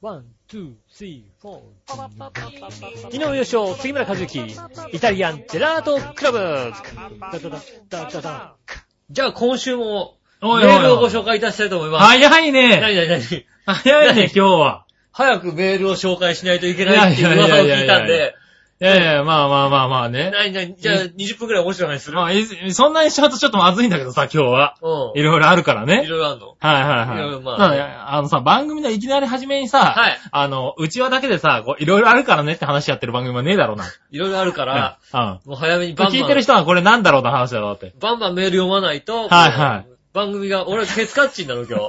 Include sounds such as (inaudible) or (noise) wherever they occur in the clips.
ワン、ツー、スリー、フォー。昨昨日優勝、杉村和之、イタリアンジェラートクラブ。ダダダダダダじゃあ今週も、メおいおいールをごおい。紹介いたしたいと思います。早いね。何何何早いね、今日は。早くメールを紹介しないといけないっていう噂を聞いたんいやいやいやいやいやで、いやいや、まあまあまあまあね。何何じゃあ20分くらい面白い話するまあ、いそんなにしちゃうとちょっとまずいんだけどさ、今日は。うん。いろいろあるからいね。ろいろあんのはいはいはいいろいろい。まあなんであのさ、番組のいきなり初めにさ、はいあの、うちわだけでさ、こういろいろあるからねって話やってる番組はねえだろうな。いろいろあるから、うん。もう早めにバン聞いバてるン、人はこれなんだろうな話だろうって。バンバンメール読まないと、はいは番組が、俺ケツカッチンなの今日。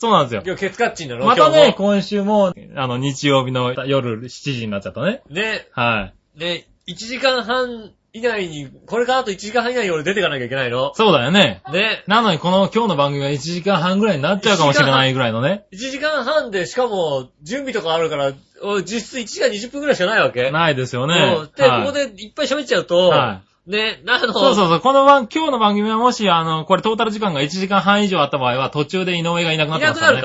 そうなんですよ。今日ケツカッチンなのまた今日ね、も今週も、あの、日曜日の夜7時になっちゃったね。ね、はい。ね、1時間半以内に、これからあと1時間半以内に俺出てかなきゃいけないの。そうだよね。ね、なのにこの今日の番組は1時間半ぐらいになっちゃうかもしれないぐらいのね。 1時間半で、しかも、準備とかあるから、お実質1時間20分くらいしかないわけ。ないですよね。そうで、はいここでいっぱい喋っちゃうと、はね、なの、そうそうそう。この番、今日の番組はもし、あの、これトータル時間が1時間半以上あった場合は、途中で井上がいなくなってますからいなくね。な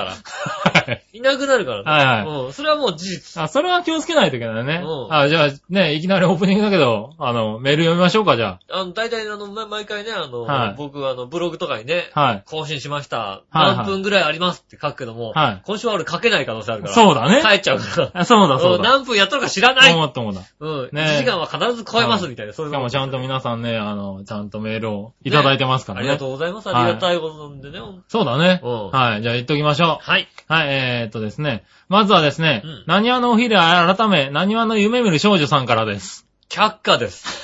るから。はい。いなくなるからね。 (laughs) はいはうん、それはもう事実。あ、それは気をつけないといけないね。うんあ、じゃあ、ね、いきなりオープニングだけど、あの、メール読みましょうか、じゃあの、大体、あの、ま毎回ね、あの、はい僕、あの、ブログとかにね、あ。はい。更新しました。はいはい何分ぐらいありますって書くけども、はい今週は俺書けない可能性あるから。そうだね帰っちゃうから。あそうだ、そううんだ。何分やったのか知らない。思った思った。しうん。ね1時間は必ず超えまはすいみたいな。そういうかのもちゃんと皆さんね、あの、ちゃんとメールをいただいてますからあね。りがとうございます。あはいりがたいことなんでね。うんそうだね。うんはい。じゃあ、言っときましょう。はい。はい、えー、っとですね。まずはですねうん、何話のお昼改め、何話の夢見る少女さんからです。却下です。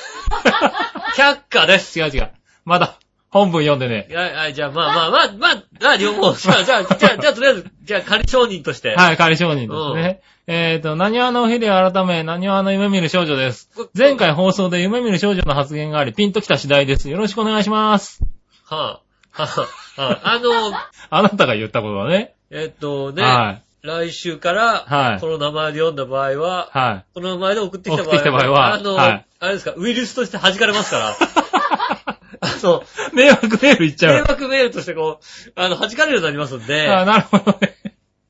却下です。違う違う。まだ、本文読んでね。はい、はい、じゃあ、まあまあまあ、まあ、まあ、両 (laughs) 方、じゃあ、じゃあ、じゃあ、じゃあ、とりあえず、じゃあ、仮承認として。い。はい、仮承認ですね。えーと、何話のお昼改め、何話の夢見る少女ですこ。前回放送で夢見る少女の発言があり、ピンときた次第です。よろしくお願いします。はあ、はあ、はあ、あの、あなたが言ったことだね。えっとね、はい。来週から、はいこの名前で読んだ場合は、はい。この名前で送ってきた場合送ってきた場合はあの、はいあれですか、ウイルスとして弾かれます (laughs) から、あの、迷惑メール言っちゃ迷う。惑メールとしてこう、あの、弾かれるようになりますんで、あなるほどね。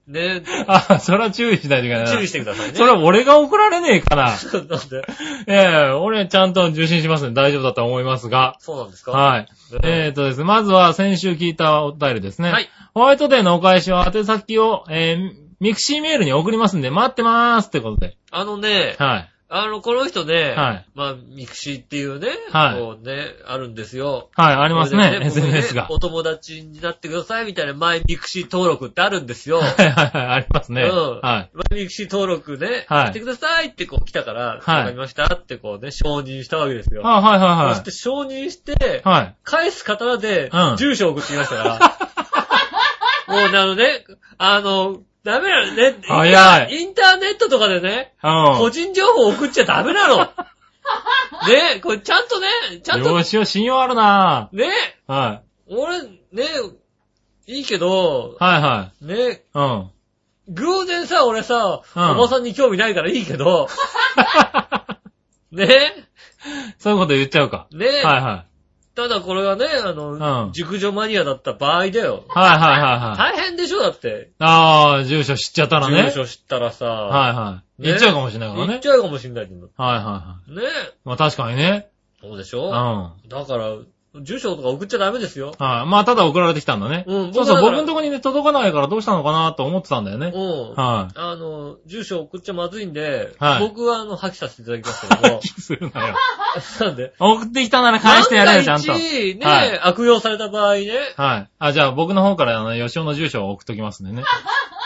ね、あ、それは注意しないといけないな。注意してくださいね。それは俺が怒られねえかな。そう (laughs) なんで、 (laughs) ええ俺ちゃんと受信しますね。大丈夫だと思いますが。そうなんですかはい。えっ、とですね、まずは先週聞いたお便りですね。はい。ホワイトデーのお返しは宛先を、えー、ミクシーメールに送りますんで、待ってまーすってことで。あのね、はい。あの、この人ね、はいまあ、ミクシーっていうね、はいこうね、あるんですよ。はい、ありますこれねで。僕 (laughs) SNS が。お友達になってくださいみたいな、マイミクシー登録ってあるんですよ。 (laughs) はいはいはい、ありますね。うんはい。マイミクシー登録ね、はいしてくださいってこう来たから、はいわかりましたってこうね、承認したわけですよ。あ、はいそしはて承認してい、はい。はい。返す刀でうん、住所送ってきました (laughs) から。もうなのね、あの、ダメなのね。早いインターネットとかでね、う個人情報送っちゃダメ (laughs) なの。ねこれちゃんとね、ちゃんん。とよ、しよ、信用あるなねぁ。はい。俺、ねいいけど、はいはい。ねうん。偶然さ、俺さ、うんおばさんに興味ないからいいけ (laughs) ど、ねそういうこと言っちゃうか。ね、はいはい。ただこれはね、あうの、ん熟女マニアだった場合だよ。はいはいはいはい。大変でしょだって。ああ、住所知っちゃったらね。住所知ったらさ、はいはい。ね言っちゃうかもしれないから行っね。ちゃうかもしんないけど。ねはいはいはい。え。まあ確かにね。そうでしうょん。はだから、住所とか送っちゃダメですよい。。まあただ送られてきたんだね。うんそうそ僕はだう、か僕らのとこにね、届かないからどうしたのかなと思ってたんだよねう。ん。はい。あの、住所送っちゃまずいんで、はい、僕はあの、破棄させていただきますけどもする (laughs) なよ。なんで、送ってきたなら返してやれよ、ちゃん (laughs) と。万はがい。一ね、はい悪用された場合ね、あ、じゃあ僕の方から、あの、吉尾の住所を送っときますんでね。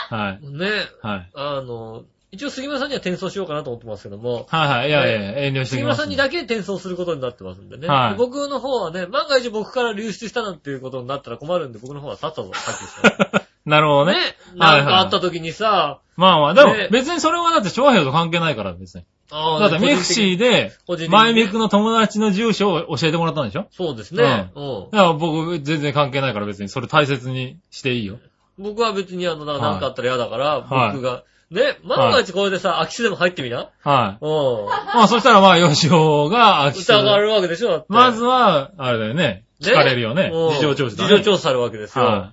はい。ね、はい。あの、一応杉村さんには転送しようかなと思ってますけども、はいはい。いやいや、遠慮して杉き村まさすんんにで。だけ転送することになってますんでね。はいで僕の方はね、万が一僕から流出したなんていうことになったら困るんで、僕の方はさっさと破棄して (laughs) なるほどねね。、なんかあった時にさ、まあまあ、でもね別にそれはだって、翔平と関係ないから別に。あだってミクシーで個人的、に前ミクの友達の住所を教えてもらったんでしょそうですね。うん。いや、僕、全然関係ないから別に、それ大切にしていいよ。僕は別にあの、なはいなんかあったら嫌だから、はい僕が、ね、万が一これでさ、空き巣でも入ってみな。 (laughs) はい。うん。まあ、そしたらまあ、吉尾が空き巣、疑われるわけでしょ、だって。まずは、あれだよねね。聞かれるよねうん。事情聴取だね。事情聴取されるわけですよ。は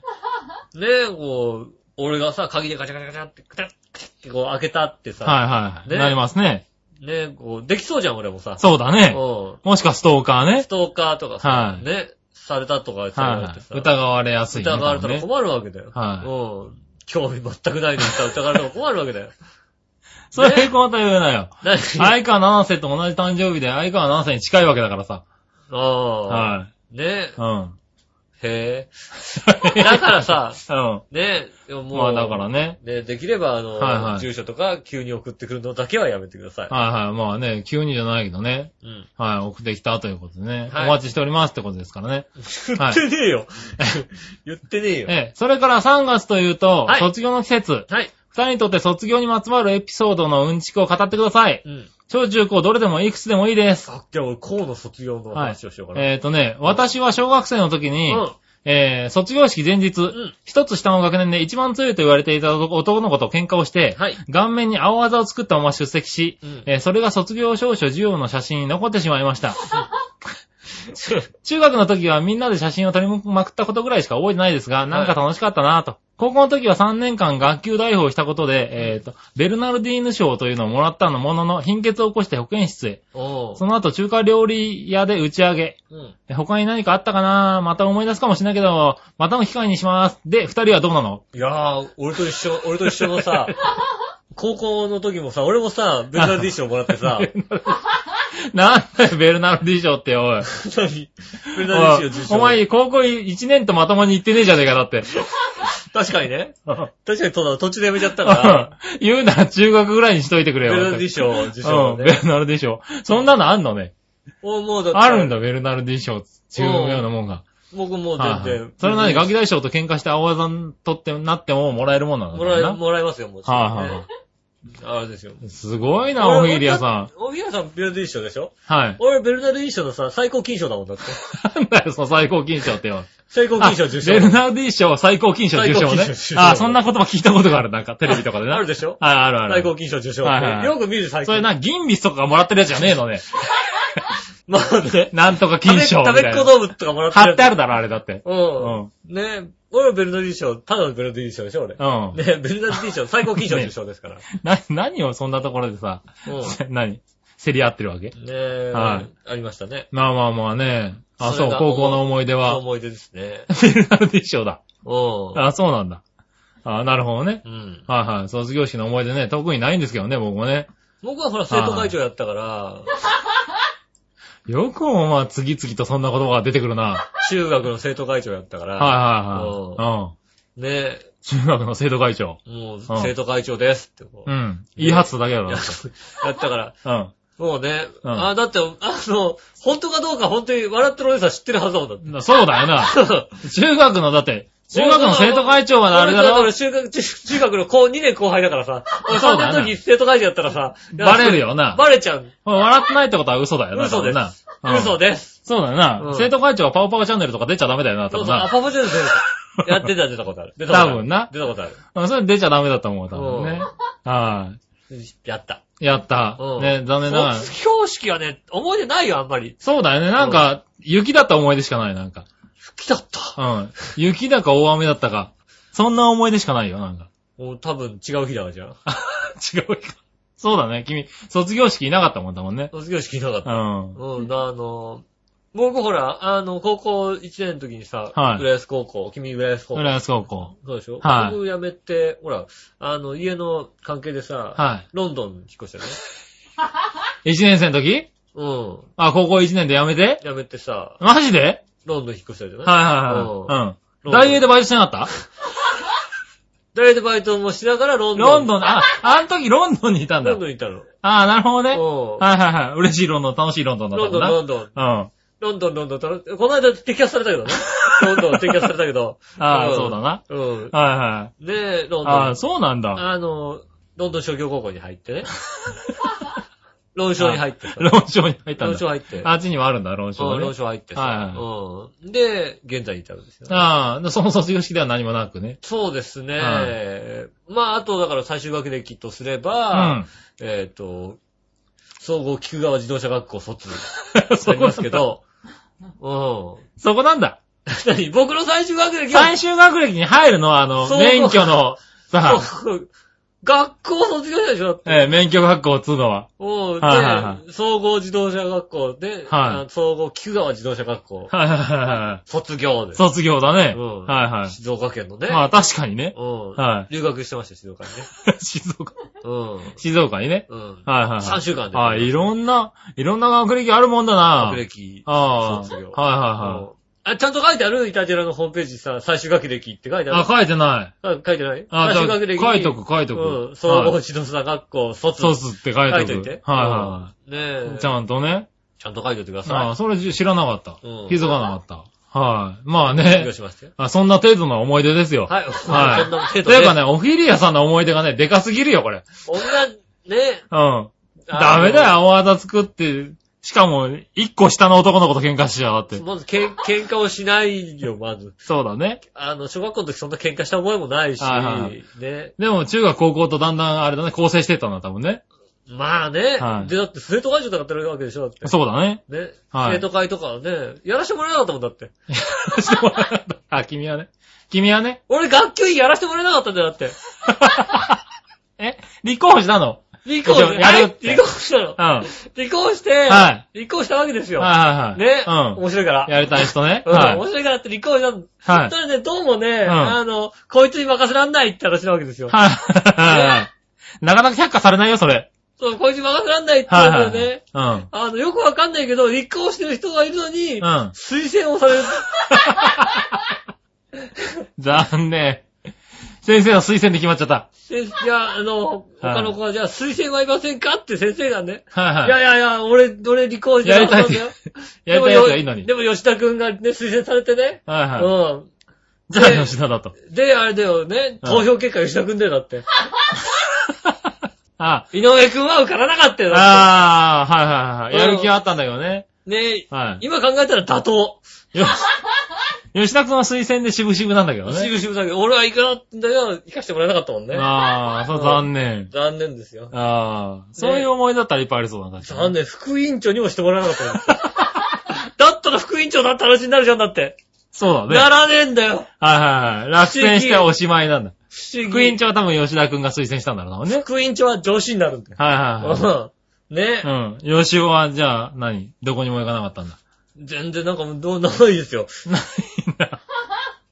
ねこう、俺がさ、鍵でガチャガチャガチャって、クタッ、クタッってこう開けたってさ、はいはねい。なりますね。ね、こう、できそうじゃん、俺もさ。そうだね。うもしかストーカーん。ねス。トーカーとかさ、はいね、されたとかさ、はいだっはてさい。疑われやすいね。疑われたら多分ね困るわけだよ。はいうん。興味全くないのにさ、疑われたら困るわけだよ。 (laughs) それへこまた言う (laughs) なよ。何相川七瀬と同じ誕生日で相川七瀬に近いわけだからさ。ああ。はねい。うん。 (laughs) へえ。だからさ、うん。ねでももう、まあだからね。ね、できれば、あの、はいはい住所とか急に送ってくるのだけはやめてください。はいはい。まあね、急にじゃないけどね。うん。はい、送ってきたということでね。はいお待ちしておりますってことですからね。言はっいてねえ (laughs) よ。言ってねえよ。ええ、それから3月というと、はい卒業の季節。はい。二人にとって卒業にまつわるエピソードのうんちくを語ってください。うん。小中高どれでもいくつでもいいです。さっきは俺、高の卒業の話をしようかな。えっ、とね、私は小学生の時に、うん。えー卒業式前日、ん一つ下の学年で一番強いと言われていた男男の子と喧嘩をして、はい顔面に青技を作ったまま出席し、うん (laughs) えーそれが卒業証書授与の写真に残ってしまいました。中学の時はみんなで写真を撮りまくったことぐらいしか覚えてないですが、なんか楽しかったなぁと。高校の時は3年間学級代表をしたことで、えっ、と、ベルナルディーヌ賞というのをもらったのものの、貧血を起こして保健室へ。おその後中華料理屋で打ち上げ。う。うん。え他に何かあったかなまた思い出すかもしれないけど、またの機会にします。で、二人はどうなのいやー、俺と一緒、 (laughs) 俺と一緒のさ、高校の時もさ、俺もさ、ベルナルディ賞もらって (laughs) さ、なんだよ、ベルナルディ賞って、おい。何ベルナルディ賞受賞。お前、高校一年とまともに行ってねえじゃねえか、だ (laughs) って。確かにね。確かにそうだ、途中でやめちゃったから、言うなら中学ぐらいにしと (laughs) いてくれベよ。ルナルディ賞受賞うん、だベね。ルナルディ賞。そんなのあんのね。おもうだってあるんだ、ベルナルディ賞っていうようなもんが。僕もうは全いは然い。それなに、ガキキ大賞と喧嘩して青技に取って、なってももらえるもんなのもからなえ、もらえますよ、もちろん、ね。はいはあれですよ。い。すごいな、おぎりやさん。ん。おぎりやさん、ベルナルディ賞でしょはい。俺、ベルナルディ賞のさ、最高金賞だもんだって。なんだよ、その最高金賞ってよ。最高金賞 (laughs) 受賞。あベルナルディ賞、最高金賞受賞最高金ね賞受。賞あ、そんな言葉聞いたことがある、なんか、テレビとかでな。あるでしょあ、あるある。最高金賞受賞。はいはいはいよく見る最高。それ (laughs) な、銀ビスとかがもらってるやつじゃねえのね。まあね。なんとか金賞みた食べい食べな。っ子動物とかもらって貼ってあるだろ、あれだって。うん。ね俺はベルナルディ賞、ただのベルナルディ賞でしょ、俺。うねん。ベルナルディ賞、最高金賞受賞ですから。な、何をそんなところでさ、う (laughs) 何競り合ってるわけん。ねえ、はいありましたね。まあまあまあね。あ、そそれう、が高校の思い出 (laughs) は、思い出ですね。ベルナルディ賞だ。うあ、そうなんだ。あ、なるほどね。ん。うん。はいはい。卒業式の思い出ね、特にないんですけどね、僕もね。僕はほら、生徒会長やったから、よくもまあ、次々とそんな言葉が出てくるな。中学の生徒会長やったかはいら、はいはい。うん。ねえ、中学の生徒会長。もう、生徒会長ですってこうう。ん。言い張ってただけだろ。ややったから、うん。もうね、うんあ、だって、あの、本当かどうか本当に笑ってるお姉さん知ってるはずだもんだって。なそうだ (laughs) よな。中学の、だって、中学の生徒会長はあれだ俺ろ俺中学、中 (laughs) 中学の高2年後輩だからさ、俺そ3うだ年なの時生徒会長やったらさ、 (laughs) バレるよなバレちゃう。笑ってないってことは嘘だよな。嘘で多す。分な。嘘で。です。そうだよな、うん生徒会長はパオパオチャンネルとか出ちゃダメだよな、多そう分そう、アな。パパチェンですやってた、出たことある。出たことある。多分な出たことある。うんそれ出ちゃダメだと思う、多分ね。はやった。い。やったう。んね、残念ながら。卒業式はね、思い出ないよ、あんまり。そうだよね。なんか、雪だった思い出しかない、なんか。好きだった。うん。雪だか大雨だったか。そんな思い出しかないよ、なんか。もう多分違う日だわ、じゃあ。 (laughs) 違うか。そうだね。君、卒業式いなかったもんだもんね。卒業式いなかったう。ん。うん、あの、僕ほら、あの、高校1年の時にさ、はい浦安高校、君浦安高校。浦安高校。そうでしょはい僕辞めて、ほら、あの、家の関係でさ、はロンドンに引っ越したよね。い。1年生の時うん。あ、高校1年で辞めて辞めてさ、マジでロンドン引っ越したじゃないはいうんはいはい。うロンドンん。大英でバイトしてなかっダイエットバイトもしながらロたンドン。ロンドン、あ、あの時ロンドンにいたんだロン。ドンにいたの。あーなるほどね。うんはいはいはい。嬉しいロンドン、楽しいロンドンだっロたンもドんン、な。ロンドン。うん。ロンドン、ロンドン楽し、この間摘発されたけ (laughs) どね。ロンドン摘発されたけど。あんあ、そうだな。うん。はいはい。で、ロンドン。ああ、そうなんだ。あの、ロンドン商業高校に入 (laughs) ってね。ロンショーに入ってさ。論章に入ったロんンショーだ。入って。あっちにはあるんだ、論章うがんロンね。ショー入ってはいさ。うん。で、現在に至るんですよ。ああ、その卒業式では何もなくね。そうですね。はまあ、あと、だから最終学歴とすれうば、ん。えっ、と、総合 (laughs) 菊川自動車学校卒そになりまこなすんけだ。ど、うん。 (laughs) そこなんだ。何僕の最終学歴は最、終学歴に入るのは、あの、そう免許の、さ、そう学校卒業したでしょだってえー免許学校っつう (laughs) のは。おうはいはいはで、総合自動車学校で、はいあの総合菊川自動車学校、はいはいはいは卒業い。で。卒業だね。うんはいは静岡県のね。い。まあ確かにね。うん、は留学してました、静岡にね。い。 (laughs) 静岡、静岡にね。うん。うん。はいはいは3週間い。で。あ、いろんな、いろんな学歴あるもんだな。学歴。ああ。はい卒業はあ、ちゃんと書いてあるイタジェラのホームページさ、最終学歴って書いいてあはい。あ、る。書いてない。あ書いてないあ、最じゃ終あ学歴。書いとく書いとうく。ん。総合はい指導者学校、卒。卒って書いと書く。いといて。。はいはいねい。え。ちゃんとね。ちゃんと書いておいてくだあさそれ知らなかったうん。気づかなかった。はい。まあい。卒ね業。しましたよ。あ、そんな程度の思い出ですよ。はい。はいそんな程度といねうかね、オフィリアさんの思い出がね、でかすぎるよ、これ。女、ね。うん。あダのメだよ、。青技作って。しかも、一個下の男の子と喧嘩しちゃうって。まず、けん喧嘩をしないよ、まず。そうだね。あの、小学校の時そんな喧嘩した覚えもないし、はいはいね。でも、中学高校とだんだん、あれだね、構成してったんだ、多分ね。まあね。はいで、だって生徒会長とかやってるわけでしょ、だって。そう (laughs) だね。ね。はい生徒会とかはね、やらしてもらえなかったもんだって。あ、君はね。君はね。俺、学級委員やらしてもらえなかったんだよ、だ (laughs) って。え立候補したの離婚しやるって離婚したのう。ん。はい離婚して、は離婚したわけですよ。はいはい。ね、う面白いからん。。やりたい人ね。うんは面い。白いからって離婚したの。はいそしたらね、どうもね、んあの、こいつに任せらんないって話なわけですよ。はいはい。なかなか却下されないよ、それ。そう、こいつに任せらんないってはい話はをね、いはい。うん。あの、よくわかんないけど、立候補してる人がいるのに、うん推薦をさ (laughs) れる。残念。先生の推薦で決まっちゃった。でいや、あの、他の子が、じゃあ推薦はいませんかって先生がね、はいはいい。やいやいや、俺、俺離婚してなかったんだよ。やりたいやつがいいのに。でもよでも吉田くんがね、推薦されてね。はいはうん。い。 (laughs) じゃあ、吉田だと。で、あれだよね、投票結果吉田くんだよ、だって。あ、井上くんは受からなかったよ、だっああ、はいはいはい。やる気はあったんだけどね。て。ねはい。今考えたら妥当。 (laughs) よ吉田くんは推薦で渋々なんだけどしね。ぶしぶだけど、俺は行かなかったんだよ、行かしてもらえなかったもんね。ああ、そう残念。残念ですよ。ああ、そういう思いだったらいっぱいありそうな感じ。残念、副委員長にもしてもらえなかったもん。 (laughs) だったら副委員長だって話になるじゃん、だって。そうだね。ならねえんだよ。はいはいはい。落選しておしまいなんだ。不思議。副院長は多分吉田くんが推薦したんだろうね。副委員長は上司になるんだよ。はいはいはい。うんね、うん。吉尾は、じゃあ、何どこにも行かなかったんだ。全然なんかもうどうないですよ。ないんだ。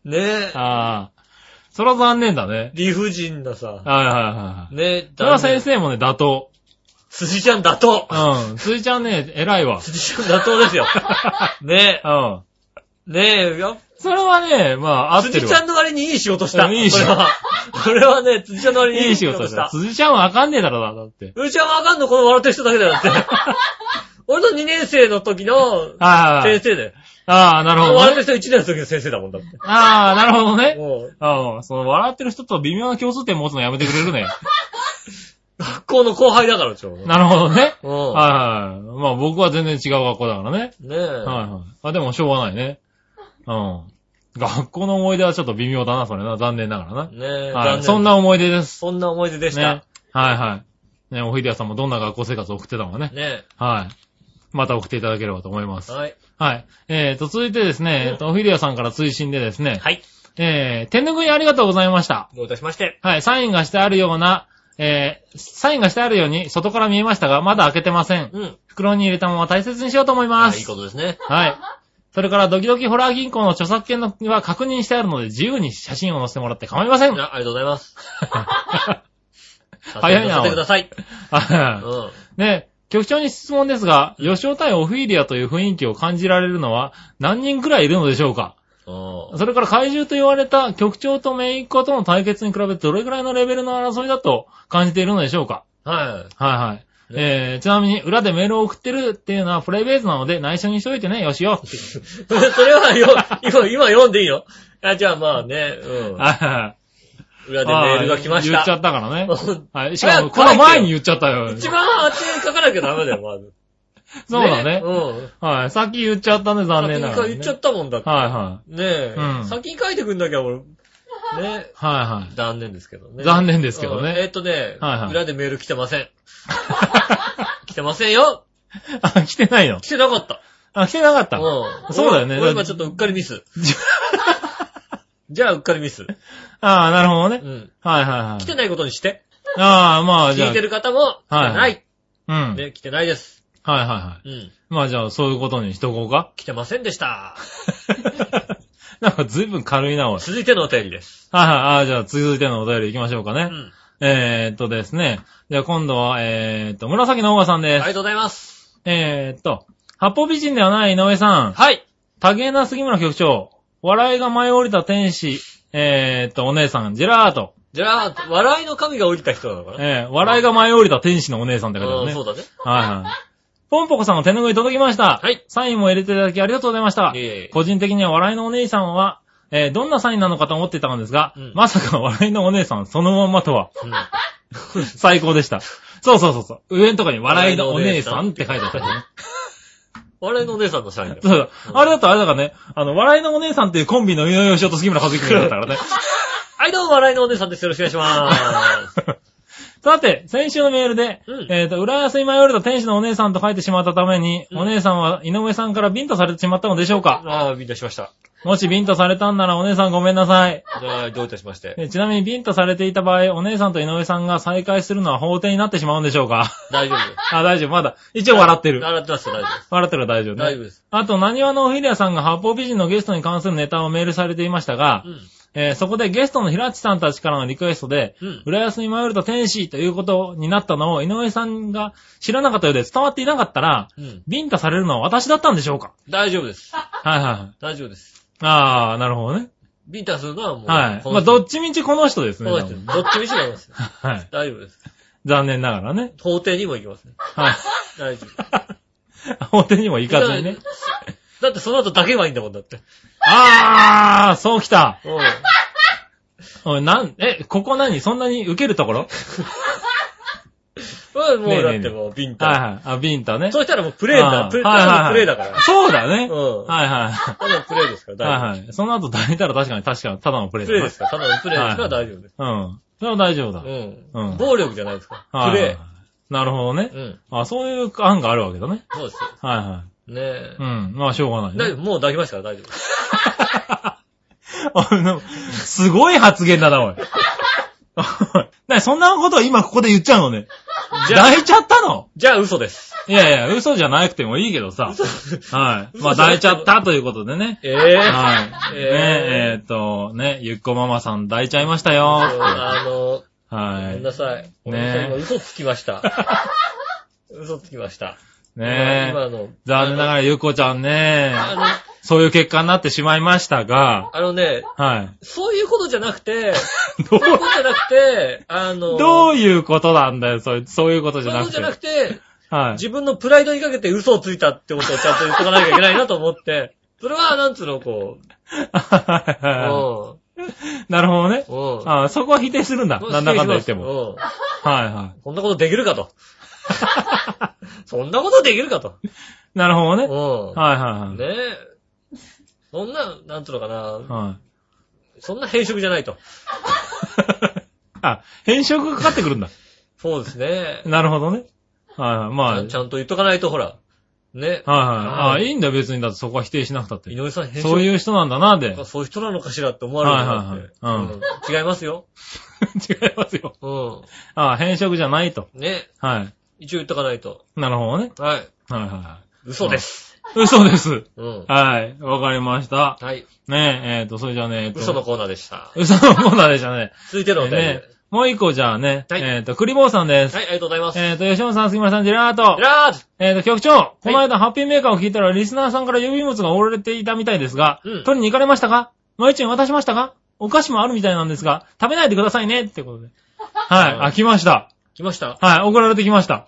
ねえ。ああ。それは残念だね。理不尽なさ。はいはいはいはい。ねえ。それは先生もね、妥辻ちゃん妥当。当。うん。辻ちゃんね、偉いわ。辻ちゃん妥当です (laughs) よ。ねうん。え。ねえ。やっそれはね、まあ、合って辻るちゃわ。んの割にいい仕事した。うんいい仕事これは。これはね、辻ちゃんの割にいい仕事した。辻ちゃんはわかんねえだろうな、だって。うちはわかんのこの笑ってる人だけだよだ (laughs) って。俺の2年生の時のあ先生だよ。あ、ああ、なるほど笑っね。てる人1年の時の先生だもんだって。ああ、なるほどね。もう、うん。その、笑ってる人と微妙な共通点持つのやめてくれる (laughs) ね。学校の後輩だから、ちょうど。なるほどね。うん。はいはい。まあ僕は全然違う学校だからね。ねえ。はいはい。あ、でもしょうがないね。うん。学校の思い出はちょっと微妙だな、それな。残念ながらな。ねえ。残はい。念そん。な思い出です。そんな思い出でしね。はいた。はい。ね、おひでやさんもどんな学校生活を送ってたのかね。ねはい。また送っていただければと思いまえ。す。はい。はい。えーと、続いてですね、えーと、おひでやさんから追伸でですね、はい。えー、手ぬぐいありがとうございました。どういたしまして。はい、サインがしてあるような、えー、サインがしてあるように外から見えましたが、まだ開けてません。うん。袋に入れたまま大切にしようと思いまあす。いいことですね。はい。それから、ドキドキホラー銀行の著作権のは確認してあるので、自由に写真を載せてもらって構いません。あありがとうござい (laughs) ます。早いなさせてください。うん。ね、局長に質問ですが、吉尾対オフィリアという雰囲気を感じられるのは何人くらいいるのでしょうかうんそれから怪獣と言われた局長とメイコとの対決に比べてどれくらいのレベルの争いだと感じているのでしょうかははいはい。えー、ちなみに、裏でメールを送ってるっていうのはプレイベースなので内緒にしといてね、よしよ。い。それはよ、今、今読んでいいよ。あ、じゃあまあね、うん。あ (laughs) 裏でメールが来まし言ったち。ゃったから (laughs) ね。はい。しか早くも、こ書いてよの前に言っちゃったよ。一番当て書かなきゃダメだよ、まず。 (laughs) そうだね。うん。はい。先言っちゃったね、残先念になが書ら、いね。言っちゃったもんだって。はいはい。ねえうん。先に書いてくんなきゃ俺、ねえ、はいはい。残念ですけどね。残念ですけどうんね。えっとねはいは、い裏でメール (laughs) 来てません。来てませんよあ、来てないの来てなかった。あ、来てなかったのうん。そうだよね俺俺今ちょっとうっかりミ (laughs) ス。じゃあ、うっかりミス。ああ、なるほどうね。ん。はいはいはい来。てないことにして。ああ、まあじゃあ。聞いてる方も、はい来てない。うん。はいね、来てないです。はいはうん。い。まあじゃあ、そういうことにしとこうか。 (laughs) 来てませんでした。なんか随分軽いな、おい。続いてのお便りです。はいはい。ああ、じゃあ続いてのお便り行きましょうかうね。ん。えーっとですね。じゃあ今度は、えーっと、紫のおばさんあでりす。がとうございます。えーっと、八方美人ではない井上さん。はい。多芸な杉村局長。笑いが舞い降りた天使。えーっと、お姉さん、ジェラート。じゃあ、笑いの神が降りた人なのかなえー、笑いが舞い降りた天使のお姉さんって書いてあうるん、ね。そうだね。はいはい。ポンポコさんの手ぬぐい届きました。はい。サインも入れていただきありがとうございましたい。えいえ個人的には笑いのお姉さんは、えーどんなサインなのかと思っていたのですが、うんまさか笑いのお姉さんそのまんまとは、うん最高でした。そうそうそうそう。上のとこに笑いのお姉さんって書いてあったよね。笑いのお姉さんの社員だよ。そうだ。あれだとあれだからね、あの、笑いのお姉さんっていうコンビの井上義雄と杉村和之君だったからね。はい、どうも、笑いのお姉さんです。よろしくお願いします。 (laughs) さて、先週のメールで、うんえっ、と、浦安に迷われた天使のお姉さんと書いてしまったために、うんお姉さんは井上さんからビンタされてしまったのでしょうかああ、ビンタしました。もしビンタされたんならお姉さんごめんなさい。はい、どういたしまして。えちなみにビンタされていた場合、お姉さんと井上さんが再会するのは法廷になってしまうんでしょ (laughs) うか大丈夫であ、大丈夫、まだ。一応笑ってす。る。笑ってますよ、大丈夫です。笑ってるは大丈夫ね。大丈夫です。あと、何話のオフィリアさんが八方美人のゲストに関するネタをメールされていましたが、うん。えーそこでゲストの平地さんたちからのリクエストで、うん。浦安に迷うと天使ということになったのを井上さんが知らなかったようで伝わっていなかったら、うん。ビンタされるのは私だったんでしょうか大丈夫です。はいはいはい。大丈夫です。あー、なるほどね。ビンタするのはもう、はい。こまのあ、人どっちみちこの人ですね。そう多です分どっちみちがいますよ。はい。大丈夫です。残念ながらね。法廷にも行きますね。はい。大丈夫。本当にも (laughs) 行かずにね。だってその後だけはいいんだもんだって。あー、そうきた。うん。おい、なん、え、ここ何そんなに受けるところうんもねえうだっねえてもうビンはいタ。はい。あ、ビンタね。そうしたらもうプレイあだ。ープレイ、はいはいはいプレイだから。そうだね。うん。はいはい。ただのプレイですから、大丈はいはい。その後抱いたら確かに確かにただのプレ夫。イプだレイなですから、ただのプレイですから大丈夫です。うん。それは大丈夫だ。ううんん。暴力じゃないですから。はいプレなるほどねイ。。うん。あ、そういう案があるわけだね。そうですよ。はいはねえい。うん。まあ、しょうがない、大ね。丈夫、もう抱きましたから大丈夫です。あのすごい発言だな、おい。 (laughs) おいなにそんなことを今ここで言っちゃうのね。じゃあ、抱いちゃったのじゃあ嘘 (laughs) です。いやいや、嘘じゃなくてもいいけどさ。はい。まあ、抱いちゃったということでね。え (laughs) えはい。ねえ、ええーっと、ね、ゆっこママさん抱いちゃいましたよ。は。あの、ごめんないさい。ごめんなさいねえ今嘘つきました。 (laughs) 嘘つきました。ねえ。今の、残念ながらゆっこちゃんね、あの、そういう結果になってしまいましたが、あのね、はい。そういうことじゃなく (laughs) て、どそういうこうとじゃなくて、あの、どういうことなんだよ、そうそういうことそじうゃいうこなとくじゃて。なくて、はい。自分のプライドにかけて嘘をついたってことをちゃんと言っとかなきゃいけないなと思って、それは、なんつうの、こう、うん。 (laughs) なるほどね。うん。あそこは否定するんだ。なんだかんだ言っても。も。はいはこんなことできるか (laughs) と。そんなことできるかと。い。なるほどね。うはいはいはん。い。ねえ。そんな、なんつうのかな。はいそんな変色じゃないと。あ、変色がかかってくるんだ。そうですね。なるほどね。はいはい。まあ、はいちゃんと言っとかないと、ほら。ね。はい。あはーいいいんだよ、別に。だってそこは否定しなくたって井。上さん変色。そういう人なんだな、で。違い (laughs) あそういう人なのかしらって思われるはいはいはいんだって。うん違いますよ。ますよ。うん。あー変色じゃないと。ね。はい。一応言っとかないと。なるほどね。はい。はいはいは嘘です。い。嘘です。うん。はい。わかりました。はい。ねえ、えっと、それじゃあね、えっと嘘のコーナーでした。嘘のコーナーでしたね。続いてのお便り。はねもう一個じゃあね、はいえっと、クリボーさんでい、す。ありがとうございます。えっと、吉本さん、杉村さん、ジェラートい。らーずえっ、と、局長、この間、ハッピーメーカーを聞いたら、リスナーさんから郵便物が折られていたみたいですが、うん取りに行かれましたかマイチン渡しましたかお菓子もあるみたいなんですが、食べないでくださいねってことで。はい、うんあ、来ました。来ましたはい、送られてきました。ああ、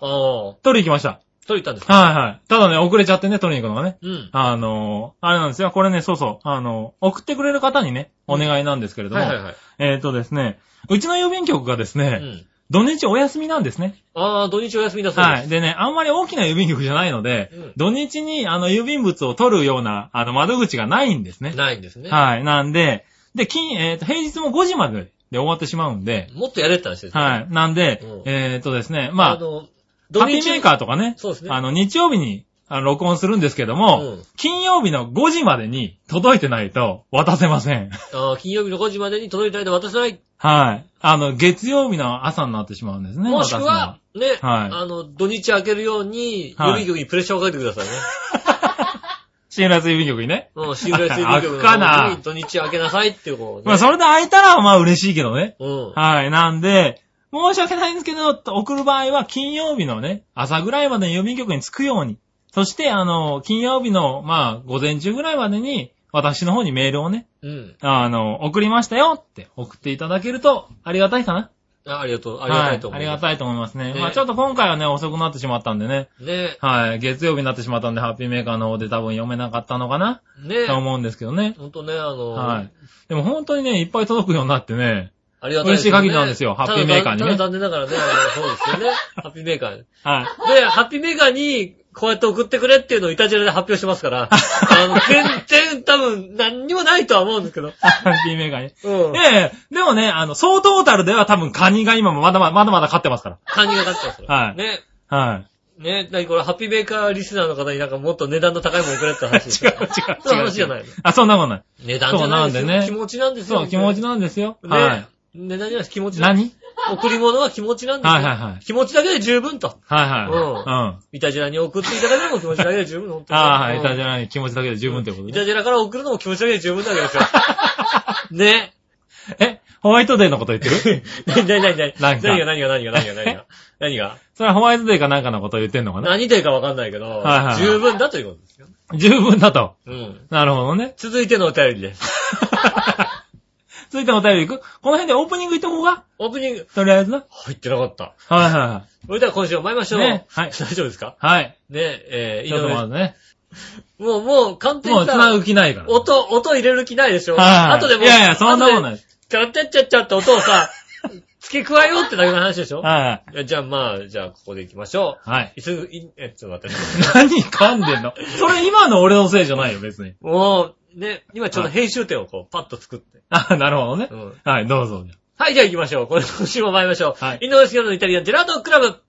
取りに行きました。取り行ったんですかはいはい。ただね、遅れちゃってね、取りに行くのがね。うん。あのーあれなんですよ。これね、そうそう。あのー送ってくれる方にね、お願いなんですけれども、はいはいはい。えっ、とですね、うちの郵便局がですね、うん。土日お休みなんですね。ああ、土日お休みだそうです。はい。でね、あんまり大きな郵便局じゃないので、うん土日にあの郵便物を取るような、あの窓口がないんですね。ないんですね。はい。なんで、で、金、えっ、と、平日も5時までで終わってしまうんで、もっとやれって話ですね。はい。なんでうん、えっ、とですね、まあ、まあ、の、ハッピーメーカー。ーとかね、そうですね。あの、日曜日に、あの録音するんですけども、うん金曜日の5時までに (laughs) 届いてないと渡せません。 (laughs) ああ、金曜日の5時までに届いた間渡せない。はい。あの、月曜日の朝になってしまうんですね。もしくは、ね、はいあの、土日開けるように、予はい備局にプレッシャーをかけてくださいね。私の。新月郵便局にね。うん、新浦水局の開くかな方に土日開けなさいってこう、ね。まあ、それで空いたら、まあ嬉しいけどね。うん。はい。なんで、申し訳ないんですけど、送る場合は金曜日のね、朝ぐらいまでに郵便局に着くように。そして、あの、金曜日の、まあ、午前中ぐらいまでに、私の方にメールをね、うん。あの、送りましたよって送っていただけると、ありがたいかな。あありがとう。ありがたいとは思あう。りがたいと思いますね。ねまあちょっと今回はね、遅くなってしまったんでね。ねはい。月曜日になってしまったんで、ハッピーメーカーの方で多分読めなかったのかな、ねと思うんですけどね。ほんとね、あの、はい。でも本当にね、いっぱい届くようになってね。ありがたいですね。嬉しい限りなんですよハッピーメーカーにねただただ残念ながらね、あのそうですよね。 (laughs) ハッピーメーカーに。はい。で、ハッピーメーカーに、こうやって送ってくれっていうのをイタジェラで発表してます (laughs) から、あの、全然多分何にもないとは思うんですけど。 (laughs) ハッピーメーカー (laughs) ね。うん。ええでもね、あの、総トータルでは多分カニが今もまだまだ、まだまだ勝ってますか感じが立ってますから。はいね。ら。はい。ね、なにこれ、ハッピーメーカーリスナーの方になんかもっと値段の高いもの送れって話でし (laughs) 違ょう違う違う。そういう話じゃないのあ、そんなことない。値段じゃないですよ。そうなんでね気持ちなんですよ。そう、気持ちなんですよ。ね、はい。値段じゃない気持ちなん何贈り物は気持ちなんですよ。はいはいはい気持ちだけで十分と。はいはい。うんうん。イタジェラに送っていただけるのも気持ちだけで十分、本当に。 (laughs) ああ、はい。イタジジェラに気持ちだけで十分ということイで。タジェラから送るのも気持ちだけで十分だけですよ。 (laughs) ね。え、ホワイトデーのこと言ってる何、何、何、何、なんか何が、何が、何が、何が、何が、何が、それはホワイトデーかなんかのこと言ってんのかな何でかわかんないけど、はいはい十分だということですよ。十分だと。うん。。なるほどね続いてのお便りです。続いてのお便りいくこの辺でオープニング行った方がオープニング、とりあえずな。入ってなかった。はいはいはい。それでは今週も参りましょう。ねはい大丈夫ですかはい。ねえ、えー、ちょっと待井ってね。上。もう、もう、完璧もう繋ぐ気ないから。音、音入れる気ないでしょはい。後でもう、。いやいや、そんなことないい。ちゃらちゃっちゃっちゃって音をさ、付け加えようってだけの話でしょはい。いやじゃあまあ、じゃあここで行きましょう。はい。いすぐ、い、え、ちょっと待って。何噛んでんのそれ今の俺のせいじゃないよ、別に。もう、ね、今ちょっと編集点をこう、パッと作って。あ、なるほどねう。ん。はい、どうぞ。はい、じゃあ行きましょう。これ今週も参りましょう。はい井上杉のイタリアンジェラートクラブ。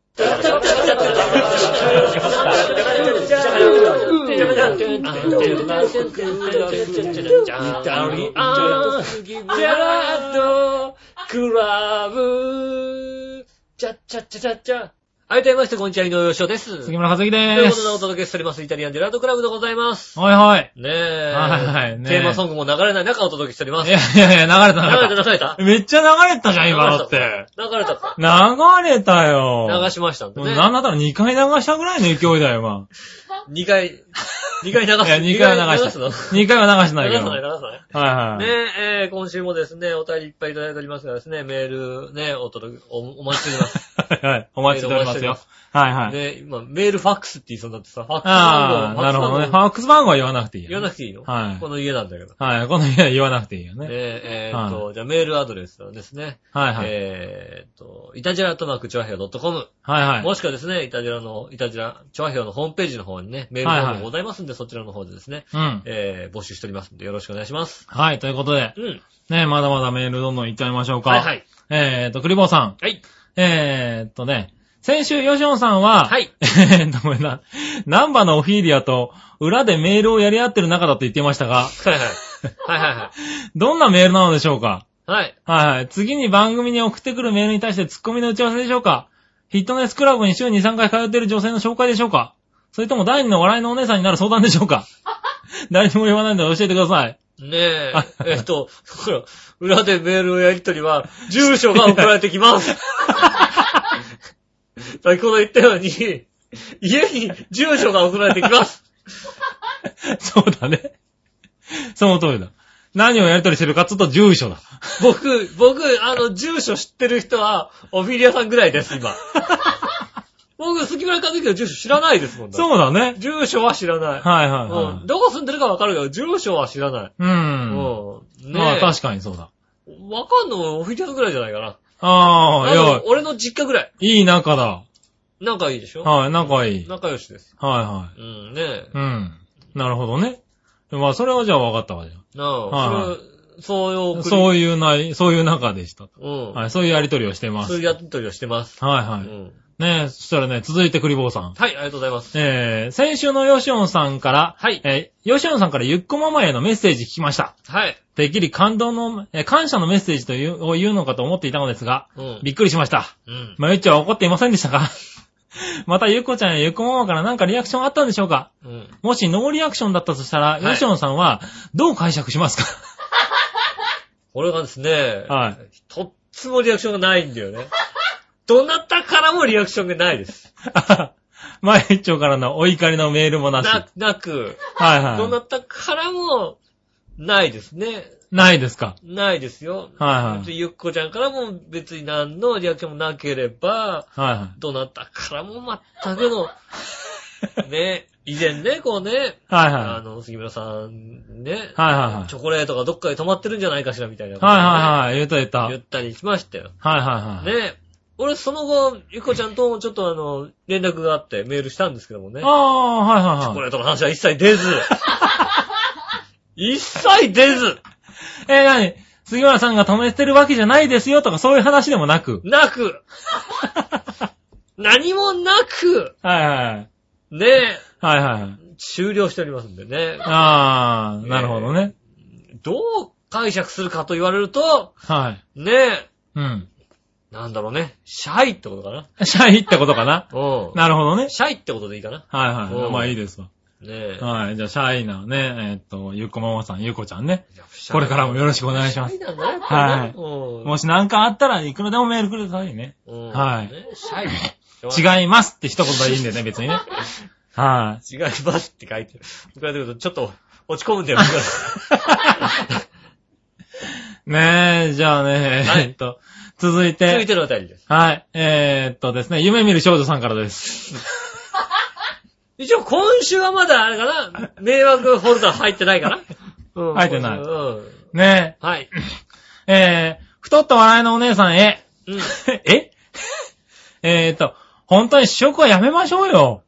はい、どうもみなさんこんにちは、井上洋翔です。とい杉うこ村和と樹で。ですお届けしております、イタリアンジェラートクラブでございます。はいはい。ねえ。はいねえテーマソングも流れない中お届けしております。い流やいやいや、流れたれ流たれ流れたた。めっちゃ流れたじゃん、今のっ流て。流れたか。流れたよ。流しましたんでもうね。なんだったら2回流したぐらいの勢いだよ、今。 2回、2回流 (laughs) す。いや、2回は流しすた。の流2回は流してないけさど。な、はいい流さない。はい。ねえ、えー今週もですね、お便りいっぱいいただいておりますがですね、メールね、お届け、おお待ちしております。はいはい。 (laughs) お待ちしておりますよ。はいはい。ね、今、メールファックスって言いそうになってさ、ファックス番あ号。あ、なるほどね。フファックス番号ァックス番号は言わなくていいよ。言わなくていいのはいこの家なんだけど。はい。この家は言わなくていいよねね。え、えーっと、じゃあメールアドレスはですね、はいはい。えーっと、いたじらとまくちょあへよ .com。はいはい。もしくはですね、イタジラの、イタジラ、チョアヘオのホームページの方にね、メールフォームもございますんで、そちらの方でですね、うん。えー、募集しておりますんで、よろしくお願いします。はい、ということで。うん。ね、まだまだメールどんどんいっちゃいましょうか。はいはい。えーと、クリボーさん。はい。えーとね、先週、ヨシオンさんは、はい。 (laughs) えーと、ごめんな。ナンバのオフィーリアと裏でメールをやり合ってる中だと言っていましたが、はいはい。はいはいはい。どんなメールなのでしょうかはい。はいはい。次に番組に送ってくるメールに対してツッコミの打ち合わせでしょうかフィットネスクラブに週2、3回通っている女性の紹介でしょうかそれとも第二の笑いのお姉さんになる相談でしょうか (laughs) 誰にも言わないので教えてください。 (laughs) ねえ、えっと、ほら、裏でメールをやりとりは、住所が送られてき (laughs) ます。先ほど言ったように、家に住所が送られてきます。そうだね。その通りだ。何をやりとりしてるかっつうと住所だ。僕、僕、あの、住所知ってる人は、オフィリアさんぐらいです、今。僕、杉村和樹の住所知らないですもんだってそうだね。住所は知らない。はいはいうんはい。どこ住んでるかわかるけど、住所は知らない。う。うんん。ねまあえ。確かにそうだ。わかんのオフィリアさんぐらいじゃないかな。ああ、いあやの、俺の実家ぐらい。、いい仲だ。仲いいでしょはい、仲いい。仲良しです。はいはうん、ねえい。。うん。なるほどね。まあそれはじゃあ分かったわよ。なあ、はいはいそれ、そういう送りそういうない、そういう仲でした。うん。はい、そういうやりとりをしてまそういす。うやりとりをしてます。はいはうい。ん。ねえ、そしたらね、続いてクリボーさん。はい、ありがとうございます。えー、先週のヨシオンさんから、はい。えー、ヨシオンさんからゆっこママへのメッセージ聞きました。はい。てっきり感動の、えー感謝のメッセージという、を言うのかと思っていたのですが、うん。びっくりしました。うん。まゆっちょは怒っていませんでしたか (laughs) またゆっこちゃんやゆっこママから何かリアクションあったんでしょうかうん。もしノーリアクションだったとしたら、いヨシオンさんはどう解釈しますかこれがですね、はい。とっつもリアクションがないんだよね。 (laughs) どなたからもリアクションがないです。 (laughs) まゆっちょからのお怒りのメールもなし。な、なく、はいはい。どなたからも、ないですね。ないですか。ないですよ。はいはい別にゆっこちゃんからも別に何のリアクションもなければ、はいはい。どなたからも全く (laughs) の、ね、以前ね、こうね、はいはい。あの、杉村さんね、はいはいはい。チョコレートがどっかで止まってるんじゃないかしらみたいなことをね、はいはいはい。言った言った。はい言ったりしましたよ。はいはい。ね俺その後、ゆっこちゃんともちょっとあの、連絡があってメールしたんですけどもね、ああ、はいチョはいコはい。レートの話は一切 (laughs) 出ず、一切出ず、えー、なに杉村さんが止めてるわけじゃないですよとかそういう話でもなく。な (laughs) く、何もなく、はいはい。ねえ、はいはい。終了しておりますんでね。ああ、なるほどね。どう解釈するかと言われると、はい。ねえ、 (laughs) うん。なんだろうね。シャイってことかな。シャイってことかな。うなるほどねん。。シャイってことでいいかな。はいはうい。んまあいいですわ。ねえ。はい。じゃあ、シャイなね、えーっと、ゆっこママさん、ゆっこちゃんね。やっぱシャイこれからもよろしくお願いしまシャす。イなんだね。やっぱりねはいもし何かあったらいくらでもメールくれたらいいね。うん。うんはいねシャイ。違 (laughs) 違いますって一言でいいんだよね、別 (laughs) にね。はい。違いますって書いてる。僕が出るとちょっと落ち込むんだよ、僕がねえ、じゃあね、はいえっと、続いて。 (laughs) 続いてのあたりです。はい。えー、っとですね、夢見る少女さんからです。一応今週はまだあれかな迷惑フォルダ入ってないかなうん入ってないうん。ねはい。え、えー、太った笑いのお姉 (laughs) さんへ、 (laughs) うん。ええーっと、本当に試食はやめましょうよ。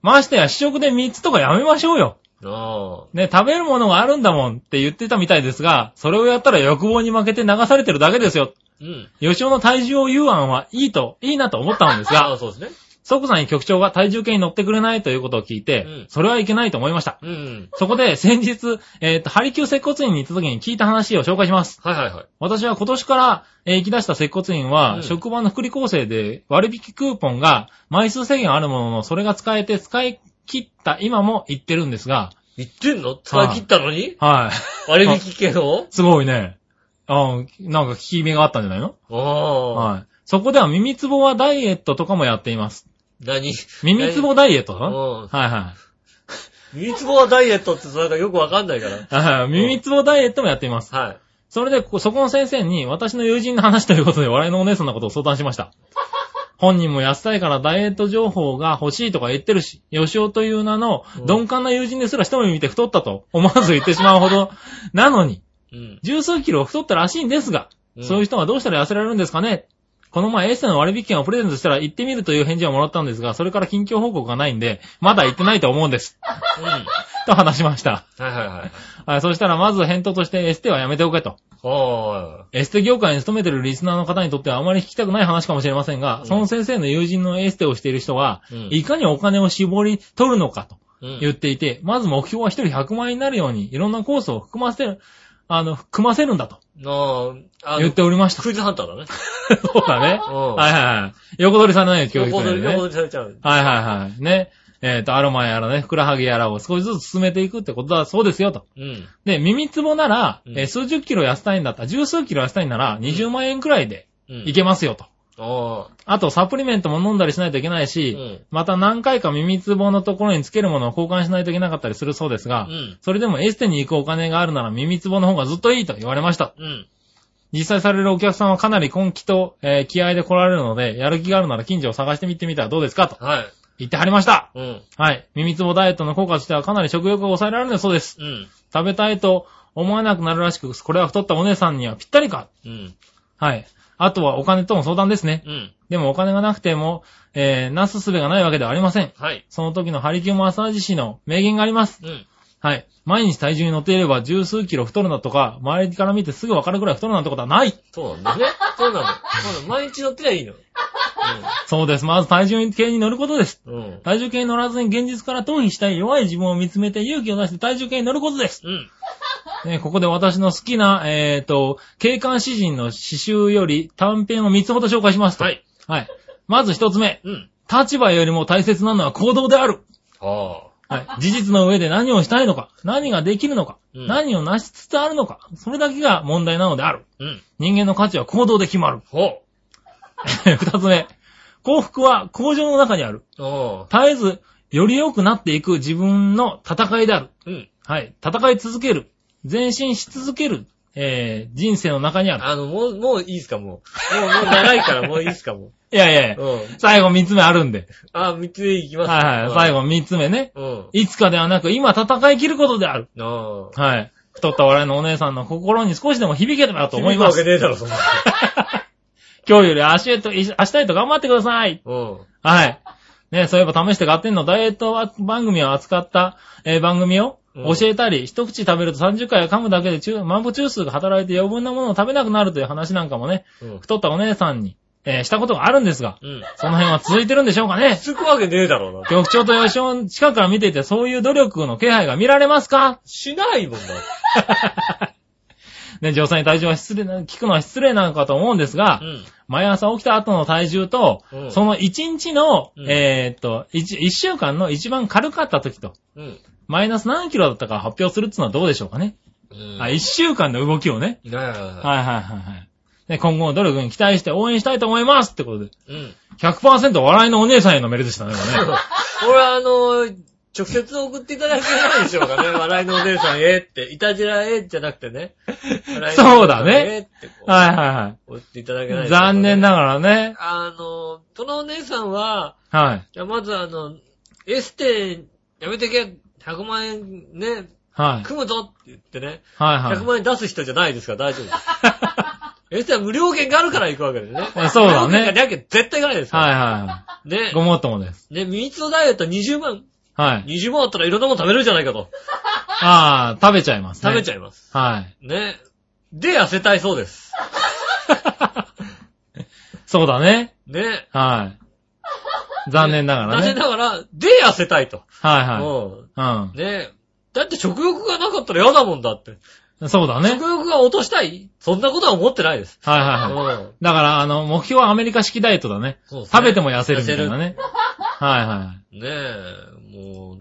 ましてや試食で3つとかやめましょうよ。あね、食べるものがあるんだもんって言ってたみたいですが、それをやったら欲望に負けて流されてるだけですよ。ーうん。吉尾の体重を言う案はいいと、いいなと思ったのですああ、が、そうです即座に局長が体重計に乗ってくれないということを聞いて、うんそれはいけないと思いました。ね。うん。そ (laughs) こで先日、えっ、と、ハリキュー接骨院に行った時に聞いた話を紹介します。はいはいはい。私は今年から、えー行き出した接骨院は、うん職場の福利厚生で割引クーポンが枚数制限あるものの、それが使えて使い切った今も行ってるんですが、言ってんの使い切ったのにはい。 (laughs) 割引券をすごいね。あーなんか効き目があったんじゃないのああ。はい。そこでは耳つぼはダイエットとかもやっています。何耳つぼダイエットだなうん。はいはい。耳つぼはダイエットってなんかよくわかんないから。 (laughs) あー耳つぼダイエットもやっています。はい。それで、こそこの先生に、私の友人の話ということで、笑いのお姉さんのことを相談しま (laughs) した。本人も痩せたいからダイエット情報が欲しいとか言ってるし、吉尾という名のうん鈍感な友人ですら一目見て太ったと (laughs) 思わず言ってしまうほど、なのに、うん。十数キロ太ったらしいんですが、うんそういう人はどうしたら痩せられるんですかねこの前、エッセの割引券をプレゼントしたら行ってみるという返事をもらったんですが、それから近況報告がないんで、まだ行ってないと思うんです。うん。はいと話しました。はいはい。はい、そしたらまず返答としてエステはやめておけと。はエステ業界に勤めてるリスナーの方にとってはあまり聞きたくない話かもしれませんが、うんその先生の友人のエステをしている人は、うんいかにお金を絞り取るのかとーい。言うっん。ていて、まず目標は一人100万円になるように、いろんなコースを含ませる、あの、組ませるんだとなあ、あ言っの、ており (laughs) ました。クイズハンターだね。そうだね。うん (laughs) はいはいはい。横取りされないように気をつけ横て取り、横ね。取りされちゃう。はいはいはい。ね。えっ、と、アロマやらね、ふくらはぎやらを少しずつ進めていくってことだそうですよと。うん。で、耳つぼなら、うんえー数十キロ痩せたいんだったら、十数キロ痩せたいなら、20万円くらいでうん。いけますよと。ああ。あと、サプリメントも飲んだりしないといけないうし、ん。また何回か耳つぼのところにつけるものを交換しないといけなかったりするそうですうが、ん。それでもエステに行くお金があるなら耳つぼの方がずっといいと言われました。うん。実際されるお客さんはかなり根気と、えー気合で来られるので、やる気があるなら近所を探してみてみたらどうですかとはい。言ってはりました。うん。はい。耳つぼダイエットの効果としてはかなり食欲が抑えられるそうです。うん。食べたいと思わなくなるらしく、これは太ったお姉さんにはぴったりか。うん。はい。あとはお金との相談ですね。うん。でもお金がなくても、えー、なすすべがないわけではありません。はい。その時のハリキューマッサージ師の名言があります。うん。はい。毎日体重に乗っていれば十数キロ太るなとか、周りから見てすぐわかるくらい太るなんてことはない。そうなんだね。そうなんだ。そうなんだ。毎日乗ってりゃいいの。そうです。まず体重計に乗ることです。うん。うん。体重計に乗らずに現実から逃避したい弱い自分を見つめて勇気を出して体重計に乗ることです。うん。ね、ここで私の好きな、えっ、と、警官詩人の詩集より短編を3つほど紹介しますと。はい。はい。まず1つ目。うん。立場よりも大切なのは行動である。はあ。はい。事実の上で何をしたいのか、何ができるのか、うん何を成しつつあるのか、それだけが問題なのである。うん。人間の価値は行動で決まる。ほ (laughs) 二つ目。幸福は向上の中にある。う。ああ。絶えず、より良くなっていく自分の戦いである。うん。はい。戦い続ける。前進し続ける。えー、人生の中にある。あの、もう、もういいっすか、もう。もう、もう長いから、もういいっすか、も。いやいやいう (laughs) や。うん。最後三つ目あるんで。ああ、三つでいきます。はい (laughs) はい。最。後三つ目ね。うん。いつかではなく、今戦い切ることである。ああ。はい。太った笑いのお姉さんの心に少しでも響ければと思いま響す。くわけねえだろ、そんな。今日より明日へと、明日へと頑張ってください。うん。はい。ね、そういえば試してガッテンのダイエットは番組を扱った、えー番組をうん教えたり、一口食べると30回噛むだけで中、マンボ中枢が働いて余分なものを食べなくなるという話なんかもね、うん。太ったお姉さんに、えーしたことがあるんですが、うん。その辺は続いてるんでしょうかねつくわけねえだろうな。局長と吉尾、近くから見ていてそういう努力の気配が見られますかしないもんだ。ね、女性に体重は失礼な、聞くのは失礼なのかと思うんですが、うん。毎朝起きた後の体重と、うんその1日の、うんえーっと1、1週間の一番軽かった時と、うん。マイナス何キロだったか発表するっていうのはどうでしょうかね。うん。あ、1週間の動きをね。いやいやいや。はいはいはいはい。ね、今後の努力に期待して応援したいと思いますってことで。うん。 (laughs) 100%笑いのお姉さんへのメールでしたね、これね俺はあのー、直接送っていただけないでしょうかね。笑いのお姉さん、えーって、いたじらえーじゃなくて (laughs) ね。そうだね笑いのお姉さんえーってこはいはう、送っていただけいないはでい。しょうかね残念ながらね。あの、そのお姉さんは、はい。いやまずあの、エステ、やめてけ、100万円ね、はい。組むぞって言ってね、はいはい。。100万円出す人じゃないですから大丈夫です。エステは無料券があるから行くわけですねそうだね無料券がなきゃ絶対行かないですから。はいはねい。ご、もっともです。ね、ミニツのダイエット20万、はい。 20万あったらいろんなもの食べれるじゃないかと。ああ、食べちゃいますね。食べちゃゃいます。う。はい。ね。で、痩せたいそうです。そうだね。ね。はい。残念ながら残念ね。ながら、で、痩せたいと。はうんいはねだって食欲がなかったら嫌だもんだって。い。うん。そうだね。はい食欲が落としたいそんなことは思ってないです。はいはい。うんだから、あの、目標はアメリカ式ダイエットだね。そうですね食べても痩せるみたいなね。はいは痩せるねえ、もう、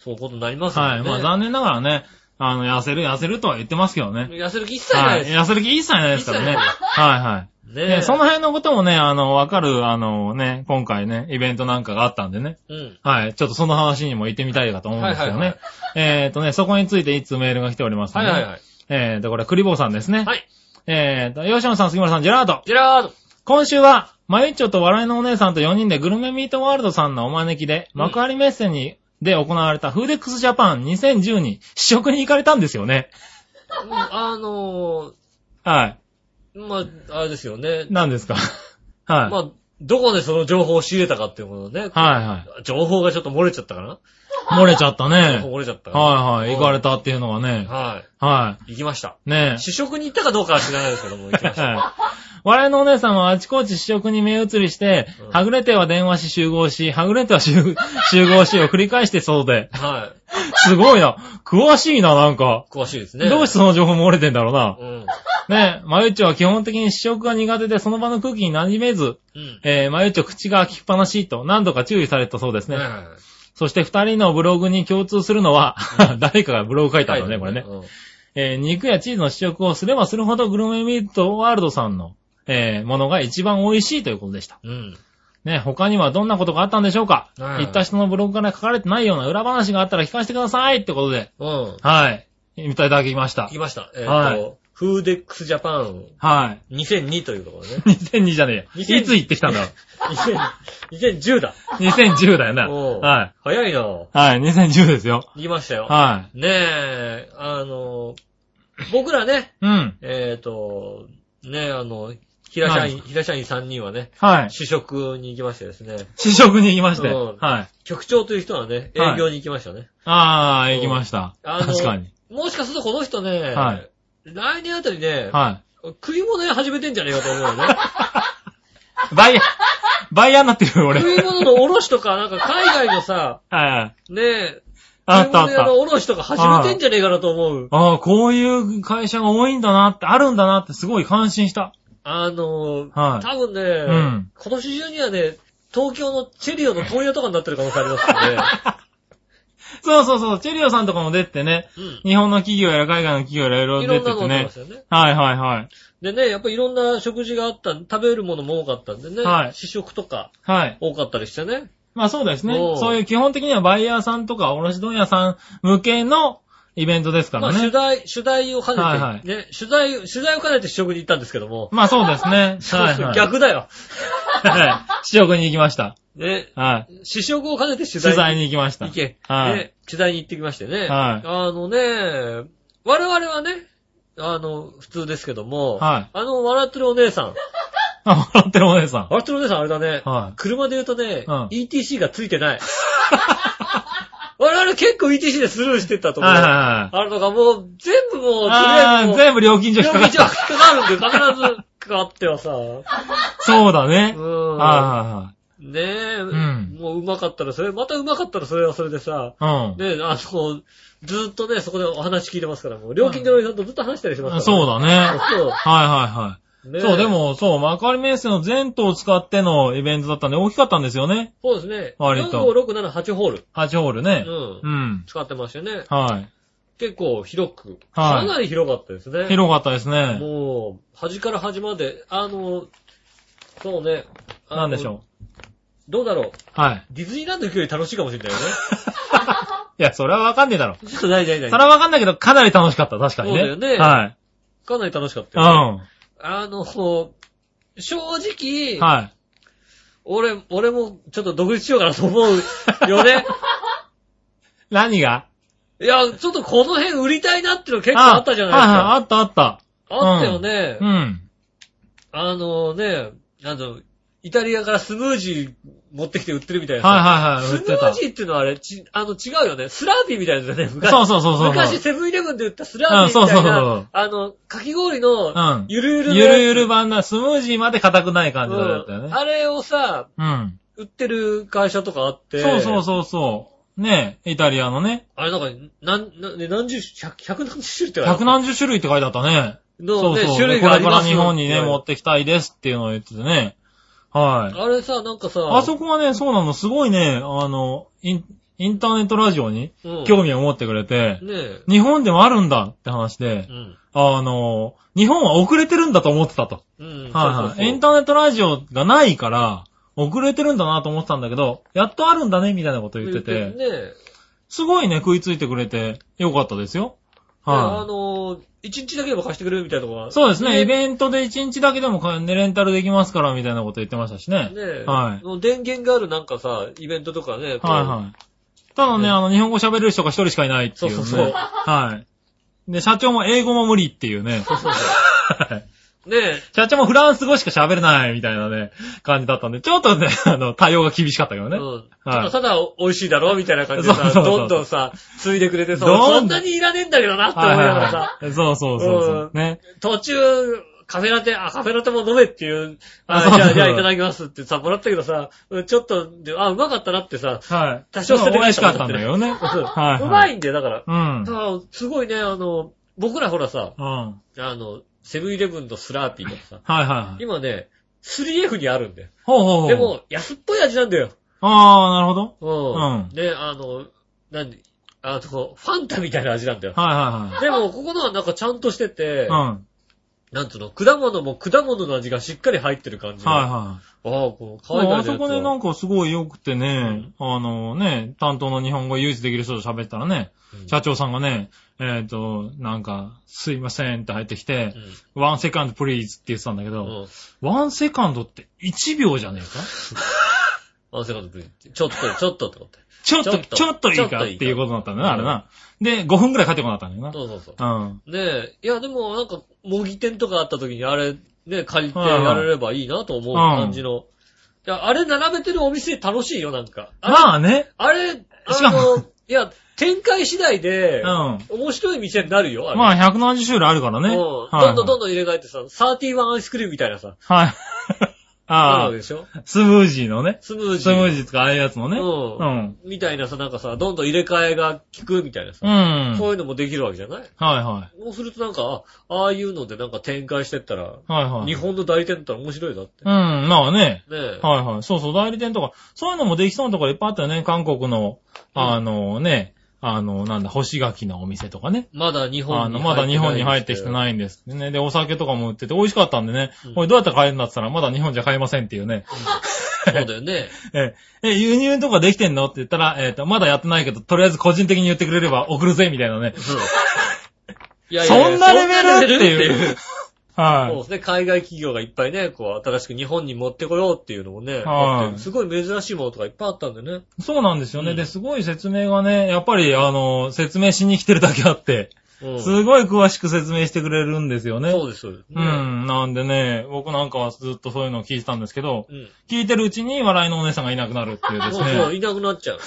そういうことになりますい。よね。はい。まあ残念ながらね、あの、痩せる、痩せるとは言ってますけどね。痩せる気一切なはいい。です。痩せる気一切ないですからね。一切ないはいはねい。え。ねその辺のこともね、あの、わかる、あのね、今回ね、イベントなんかがあったんでね。うん。はい。ちょっとその話にも行ってみたいかと思うんですけどはいね。えっとね、そこについていつメールが来ておりますのはいで。はいはい。えっと、これ、クリボーさんですね。はい。えっと、吉野さん、杉村さん、ジェラート。ジェラード。今週は、マユッチョと笑いのお姉さんと4人でグルメミートワールドさんのお招きで、うん幕張メッセに、で行われたフーデックスジャパン2010に試食に行かれたんですよね。うんあのはい。ー、まあ、あれですよね。何ですかはい。まあ、どこでその情報を仕入れたかっていうものね。はいは。情報がちょっと漏れちゃったかない漏れちゃった (laughs) 情ね。報漏れちゃったかな。はいはい。うん行かれたっていうのがね。は。はい行きました。い。ね試食に行ったかどうかは知らないですけども、行き (laughs) ました。はい我々のお姉さんはあちこち試食に目移りしてうん、はぐれては電話し集合し、はぐれては集 (laughs) 集合しを繰り返してそうで。はすごいな。詳しいな、なんか。い。詳しいですね。どうしてその情報漏れてんだろうな。うん。ねえ、マユッチョは基本的に試食が苦手で、その場の空気に馴染めず、うん。えー、マユッチョ口が開きっぱなしと何度か注意されたそうですね。はいはいはいそして二人のブログに共通するのは、 (laughs) 誰かがブログ書いたんだね、これね。うんえー、肉やチーズの試食をすればするほどグルメミートワールドさんの、えー、ものが一番美味しいということでした。うん。ね、他にはどんなことがあったんでしょうか、はい行った人のブログから書かれてないような裏話があったら聞かせてくださいってことで、うん。はい、いただきました聞き。ました。えっ、はと、フーデックスジャパンはい。。2002というところね2002じゃねえよ。 2002いつ行ってきた (laughs) んだろう2000 2010だ。 2010だよな。おうはい。早いなぁ。はい、2010ですよ。行きましたよ。はい。ねえ、あの、僕らね、うん。えっ、と、ねえ、あの、平社員、は平社員3人はね、はい。試食に行きましてですね、試食に行きまして。うんはい。局長という人はね、はい営業に行きましたね。あー、行きました。あの確かに。もしかするとこの人ね、はい来年あたりね、は食い物屋始めてんじゃねえかと思うよ (laughs) ね。い。バイヤー、バイヤーになってるよ、俺。食い物の卸とか、なんか海外のさ、はい。ねえ、あったあっ食い物屋たの。卸とか始めてんじゃねえかなと思う。ああ、こういう会社が多いんだなって、あるんだなってすごい感心した。あのー、はい多分ね、ん今年中にはね、東京のチェリオの問屋とかになってる可能性ありますよね。 (laughs) そうそうそう、チェリオさんとかも出てね、うん日本の企業やら海外の企業やらいろいいろろ出んなのてが出てま。てねすよね。はいはいはい。でね、やっぱりいろんな食事があった、食べるものも多かったんでね、はい試食とかはい。多かったりしてね。まあそうですねおう。そういう基本的にはバイヤーさんとか卸問屋さん向けのイベントですかまらあ、取ね。材、取材を兼ねて、はいはいね、取材、取材を兼ねて試食に行ったんですけども、まあそうですね。はい、はい。逆だよ。はい。試食に行きました。ね、はい。試食を兼ねて取取材材にに行きました行。け。はいね、取材に行ってきましてね。はいあのね、我々はね、あの、普通ですけども、はいあの、笑ってるお姉さん、あ、笑ってるお姉さん。笑ってるお姉さんあれだね、はい車で言うとね、うん ETC がついてない。 (laughs) 我々結構 ETC でスルーしてったと思う。はいはいはいあれとかもう、全部もう、とりあえあずもあ、う全部料金所引っかかっ両道はた。かかるんで、必ずかかってはさ。うそうだね。ーん。はねえ、んもううまかったらそれ、またうまかったらそれはそれでさ、いはいはい。うん。ねえ、あの、ずーっとね、そこでお話聞いてますから、もう、料金所の人とずっと話したりしますから、そうだね。はそういはそう、いはねえい。そう、で。も、そう、幕張メッセの全島を使ってのイベントだったんで大きかったんですよね。そうですね。割と4、5、6、7、8ホール。 8ホールね。う。うんん。使ってましたよね。は結構広く。はかいなり広かったですね。い。広かったですね。もう、端から端まで、あの、そうね。あのなんでしょどうだろう。う。はい。ディズニーランド行くより楽しいかもしれないよね。いや、それはわかんねえだろ。ちょっとないないない。 (laughs) それはわかんないけど、かなり楽しかった、確かにね。そうだよねはい。かなり楽しかったうよ、ね。ん。あの、正直、はい。俺、俺もちょっと独立しようかなと思うよ (laughs) ね。何がいや、ちょっとこの辺売りたいなっての結構あったじゃないですあはいはいか。あったあった。ああったよね。うん。あのね、あの、イタリアからスムージー持ってきて売ってるみたいなさ。はいはいはい。ス売ムってーた。ジーってのはあれ、ちあの、違うよね。スラービーみたいなやつだよね、昔。そうそうそうそう。昔、セブンイレブンで売ったスラービーみたうんそいうそうそうそなう、あの、かき氷のうん、ゆるゆるのやゆつるゆる版な、スムージーまで硬くない感じだったようねん。あれをさ、うん。売ってる会社とかあって。そうそうう。そうそう。ねイタリアのね。あれなんか、なん、なね何十、百、百何十種類って百何何十種類って書いてあったね。のそうね、そう。種類こがあれりかまらす日本にね、持もってきたいですっていうのを言っててね。はい。あれさ、なんかさ、あそこはね、そうなの、すごいね、あの、インインターネットラジオにうん興味を持ってくれて、ねえ。日本でもあるんだって話でう、ん。あの、日本は遅れてるんだと思ってたと。うん。はいそうそうはい。そうエンターネットラジオがないから、遅れてるんだなと思ってたんだけど、やっとあるんだね、みたいなこと言ってて、ねえ。すごいね、食いついてくれて、よかったですよ。あはのー、一日だけでも貸してくれるみたいなとこい。は。そうですね、インベントで1日だけでもかレンタルできますから、みたいなこと言ってましたしね。ねえ。はい。の電源があるなんかさ、イベントとかね。こうはいはい。ただねね、あの、日本語喋れる人が一人しかいないっていうね。そうそうそうはい。で、社長も英語も無理っていうね。そうそはい。う。ねえ。 (laughs) 社長もフランス語しか喋れないみたいなね、感じだったんで、ちょっとね、 (laughs) あの、対応が厳しかったけどうね。ん。たはだいただ美味しいだろみたいな感じでそうさ、そうそうどんどんさ、ついでくれてさ、どんどんそんなにいらねえんだけどなって思いながらさ、い。そうそうそうそう。うんね。途中、カフェラテ、あ、カフェラテも飲めっていう、あそうじゃそあ、うじゃあいただきますってさ、もらったけどさ、うんちょっと、であ、うまかったなってさ、はい。多少捨てて美味しかったんだよね。うんはい。うまい。いんだよ、だから。うん。だからすごいね、あの、僕らほらさ、うん。はいあの、セブンイレブンのスラーピーとかさ、はいはい。今ね、3F にあるんだよ。ほうほうほう。で、も、安っぽい味なんだよ。ああ、なるほど。うん。うんで、あの、何あの、ファンタみたいな味なんだよ。はいはでも、ここのはなんかちゃんとしてて、いはい。うん。なんつうの、果物も果物の味がしっかり入ってる感じ。い。あはあ、こう、いはい。海もう外のあそやつこね、なはんかすごい良くてね、あのね、担当の日本語を誘致できる人と喋ったらねう、ん社長さんがね、えっと、なんか、すいませんって入ってきて、ワンセカンドプリーズって言ってたんだけうん。ど、うん。ワンセカンドって1秒じゃねえかワンセカンドプリン。ちょっと、ちょっとってこと。ちょっと、ちょっとちょっといちょいっとかいいかっていうことだったんだな、あれな。で、5分くらい帰ってこなかったんだよそうそうそう。な。うん。ねえ、いやでもなんか、模擬店とかあった時にあれ、ねね、借りてやれればいいなと思う感じの。いや、あれ並べてるお店楽しいよ、なんか。あれ、まあね。あれ、しあかもの、いや、展開次第でう、ん。面白い店になるよ、あれ。まあ、170種類あるからね。うんはどいんどんどんどん入れ替えてさ、31アイスクリームみたいなさ、はい。 (laughs) ああるあ、でしょスムージーのね。スムージー。スムージーとかああいうやつのね。ううん。みたいなさ、なんかさ、どんどん入れ替えが効くみたいなさ、うん。そういうのもできるわけじゃないはいはい。そうするとなんか、あああいうのでなんか展開してったら、はいはい。日本の代理店だったら面白いだって。うん、まあね。ねえ。はいはい。そうそう、代理店とか、そういうのもできそうなところいっぱいあったよね。韓国の、あのね、あの、なんだ、干し柿のお店とかね。まだ日あ本の、にまだ日本に入ってきてい。ないんです。ね。で、お酒とかも売ってて美味しかったんでねうん。これどうやって買えるんだって言ったら、まだ日本じゃ買えませんっていうね。そうだよね。え、え、輸入とかできてんのって言ったら、えっと、まだやってないけど、とりあえず個人的に言ってくれれば送るぜ、みたいな (laughs) ね。いやいやいやそんなレベルっていそんなレうベルってそうはですね。海外企業がいっぱいね、こう、新しく日本に持ってこようっていうのもね、はいあってすごい珍しいものとかいっぱいあったんでね。い。そうなんですよね。うんで、すごい説明がね、やっぱり、あの、説明しに来てるだけあって、うんすごい詳しく説明してくれるんですよね。そうです、そうです。う。ん、なんでね、僕なんかはずっとそういうのを聞いてたんですけど、うん。聞いてるうちに笑いのお姉さんがいなくなるっていうですそうそう、ね。いなくなっちゃ (laughs) う。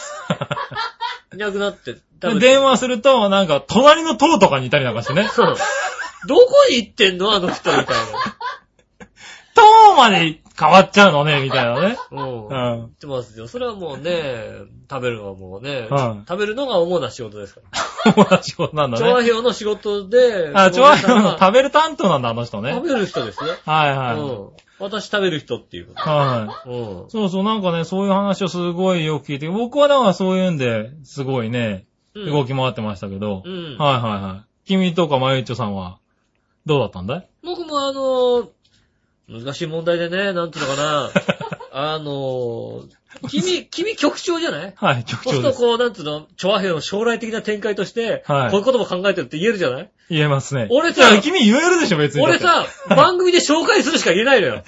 いなくなって、で電話すると、なんか、隣の塔とかにいたりなんかしてね。そう。どこに行ってんのあの人みたい塔まで変わっちゃうのね、みたいなね。な。 (laughs) うん。う言ん。ってますよ。それはもうね、食べるのはもうね、はい食べるのが主な仕事ですから。同じことなんだ調和ね。表の仕事で、あ、調和表の食食べる担当なんだ、あの人ね。べはい食べる人ですね。うはん。私食べる人っていうこい。はい。と。そうそう、なんかね、そういう話をすごいよく聞いて、僕はだからそういうんで、すごいね、うん。動き回ってましたけど、うん。はいはいはい。君とかまゆいちょさんは、どうだったんだい僕もあのー、難しい問題でね、なんていうのか (laughs) な。あのー、君、君局長じゃないはい、局そうす長るとです。こう、なんつうの、調和兵の将来的な展開として、はいこういうことも考えてるって言えるじゃない言えますね。俺さいや君言えるでしょ、別に。俺さ、番組で紹介するしか言えないの (laughs) よ。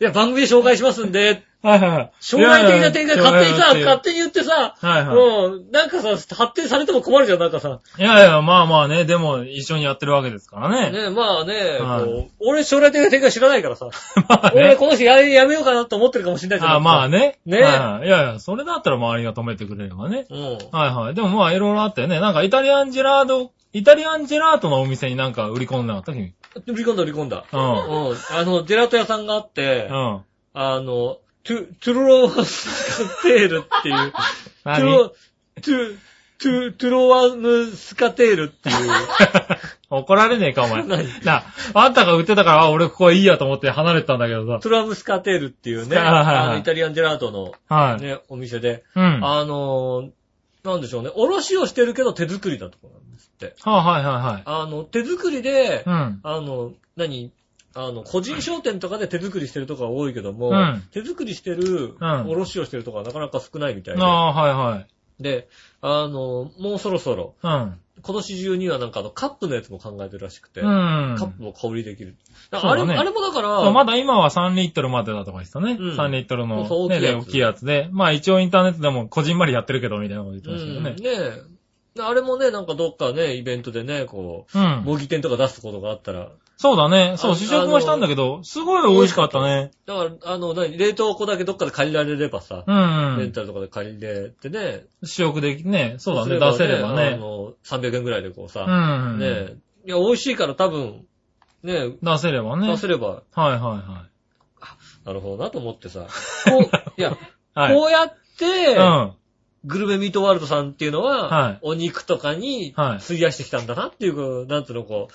いや、番組で紹介しますんで、だって、はいはいはい。将来的な展開勝手にさ、いやいや勝手に言ってさ、はいはい。うん、なんかさ、発展されても困るじゃん、なんかさ。いやいや、まあまあね、でも一緒にやってるわけですからね。ねまあね、はこいう俺将来的な展開知らないからさ。 (laughs) まあ俺ね。この人ややめようかなと思ってるかもしれないじゃん。あまあね。ねはいいやいや、それだったら周りが止めてくれればね。うん。はいはい。でもまあ、いろいろあったよね。なんかイタリアンジェラード、イタリアンジェラートのお店になんか売り込んでなかった君。売り込んだ売り込んだ。う。うんん。あの、ジェラート屋さんがあって、うん。あの、トゥ、トゥルロワスカテールっていう、トゥ何ロ、トゥ、トゥ、トゥロワムスカテールって (laughs) いう。怒られねえか、お前。何な、あんたが売ってたから、あ俺ここいいやと思って離れてたんだけどトゥラムスカテールっていうね、はいはいはいあの、イタリアンジェラートのさ。はい。ね、お店で、うん。はあのー、なんでしょうね、おろしをしてるけど手作りだとこなんですって。あはいはいあの、手作りで、はい。うん。あの、何あの、個人商店とかで手作りしてるとこが多いけども、うん手作りしてる、うんおろしをしてるとこはなかなか少ないみたいで、ああー、はいはい。で、あの、もうそろそろ、うん。今年中にはなんかあの、カップのやつも考えてるらしくて、うん。カップも香りできる。だからそうあれだも、ねあれもだから、そうまだ今は3リットルまでだとか言ってたね。うん3リットルの、ねそうそう大きいやつで大きいやつで。まあ一応インターネットでもこじんまりやってるけど、みたいなこと言ってうましたけどん、ねね。え。であれもね、なんかどっかね、イベントでね、こうん。う、模擬店とか出すことがあったら、そうだね。そう、あ試食もしたんだけど、すごい美味しかったね。だから、あの、何、冷凍庫だけどっかで借りられればさ、うレンん。タルとかで借りれてね、試食できね、そうだすね、れば出せればあね。の、300円ぐらいでこううさ、ん。ねえ、いや、美味しいから多分、ね出せればえ、ね。は出いせれば、はいはなるほどなと思って (laughs) さ、こう、いや、い。はい。こうやって、うん。グルメミートワールドさんっていうのは、はいお肉とかにはい費やしてきたんだなっていう、こうなんていうの、こう、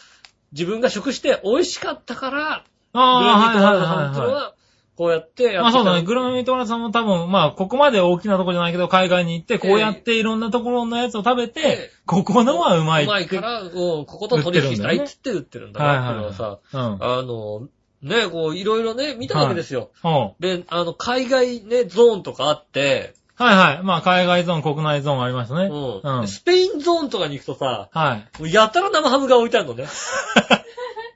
自分が食して美味しかったから、ああグルメミートワールドー、はさんいっはいていうのはいはい。は、こうやってやってまあそうだね。ググルメミートワールドさんも多分、まあここまで大きなとこじゃないけど、海外に行って、こうやっていろんなところのやつを食べええて、ここのはうまいっうて。まいから、うんここと取引したいっつって売ってるんだなっていうのはさ、うん。あの、ね、こう、いろいろね、見たわけですよ。おうで、あの、海外ね、ゾーンとかあって、はいはい。まあ、海外ゾーン、国内ゾーンありましたね。う。うんん。でスペインゾーンとかに行くとさ、はい。もうやたら生ハムが置いてあるの (laughs) ね。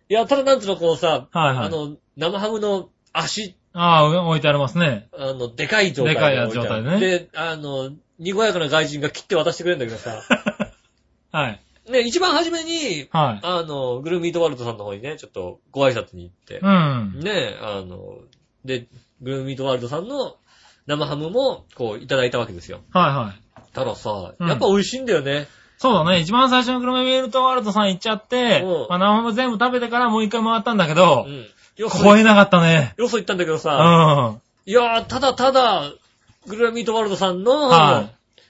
やたらなんつうの、こうさ、はいはいあの、生ハムの足、ああ、置いてありますね。あの、でかい状態でかいや置てある状態ね (laughs) で、あの、にごやかな外人が切って渡してくれるんだけどさ、はい。ね、一番初めに、はい。あの、グルーミートワルドさんの方にね、ちょっとご挨拶に行ってう、ん。ね、あの、で、グルーミートワルドさんの生ハムも、こう、いただいたわけですよ。はいはい。たださ、うんやっぱ美味しいんだよね。そうだね。一番最初のグルメビルトワールドさん行っちゃってうん、まあ、生ハム全部食べてからもう一回回ったんだけうど、ん。よそ、超えなかったね。よそ行ったんだけどうさ、ん。いやー、ただただ、グルーミートワルドさんのは、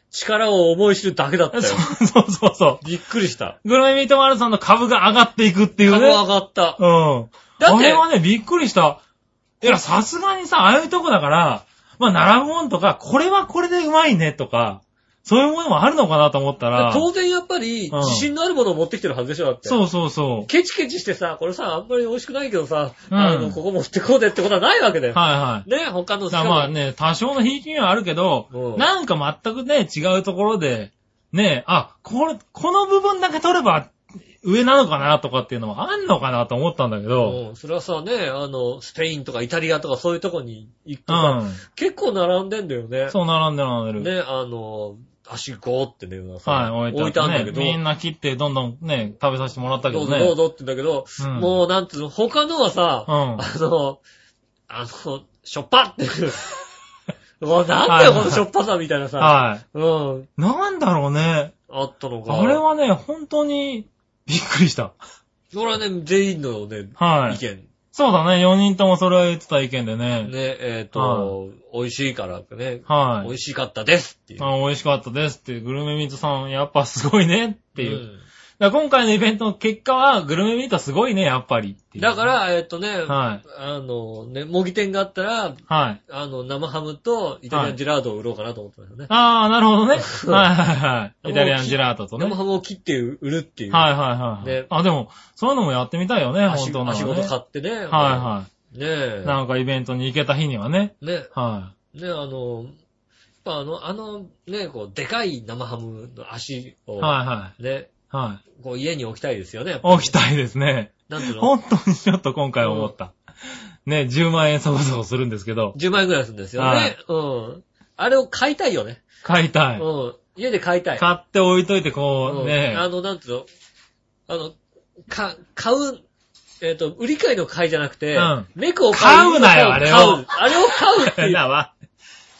力を思い知るだけだったよ。 (laughs) そうそうそうそびっくりした。う。グルメミートワールドさんの株が上がっていくっていう株ね。上がった。うん。だあってれはね、びっくりした。いや、さすがにさ、ああいうとこだから、まあ、並ぶもんとか、これはこれでうまいねとか、そういうものもあるのかなと思ったら、当然やっぱり、うん自信のあるものを持ってきてるはずでしょ、だって。そうそうそケチケチしてさ、これさ、あんまり美味しくないけどさ、うんあの、ここ持ってこうでってことはないわけだう。よ。はいはい。ね、他のだからまあしかもね、多少の引きにはあるけど、うんなんか全くね、違うところで、ね、あ、これ、この部分だけ取れば上なのかなとかっていうのもあんのかなと思ったんだけど、うんそれはさ、ね、あの、スペインとかイタリアとかそういうとこに行くとうさ、ん。結構並んでんだよね。そう並んで並んでる。ね、あの、足ゴーってね、さはい、置い置いててああるんだるけね。ど、みんな切ってどんどんね、食べさせてもらったけどうどぞどうね。ぞってんだけど、うんもうなんつうの、他のはさ、うんあの、あの、しょっぱ (laughs) っていう。もうなんだよ、このしょっぱさみたいなさ。はうん。い。なんだろうね。あったのか。あれはね、本当にびっくりした。それはね、全員のね、は意い。見。そうだね、4人ともそれは言ってた意見でね。ね、えっ、と、美味しいからってね、はい美。味しかったですっていう。あ美味しかったですっていう、グルメミートさん、やっぱすごいねっていう。んだから今回のイベントの結果は、グルメミートすごいね、やっぱりっていうだから、えっ、とね、はい。あの、ね、模擬店があったら、はい。あの、生ハムとイタリアンジェラードを売ろうかなと思ってますよね。ああ、なるほどね。はいはいはい。イタリアンジェラートとね。生はいハムを切って売るっていう。はいはい。であ、でも、そういうのもやってみたいよね、足本当なの、ね。足ごと買ってね。はい。はいねいえ。なんかイベントに行けた日にはね。ね、はね、あの、やっぱあの、あの、ね、こう、でかい生ハムの足い。を、はいはい。ね、はこう、家に置きたいですよね。やっぱい。起きたいですね。なんていうの本当にちょっと今回思った。ね、10万円そこそこするんですけど、 ?10 万円ぐらいするんですよね。はいうん。あれを買いたいよね。買いたい。うん。家で買いたい。買って置いといて、こううんね。あの、なんていうのあの、か、買う、えっ、と、売り買いの買いじゃなくて、うん猫を買うなよあれを買う。あれを買うっていう。 (laughs) なわ。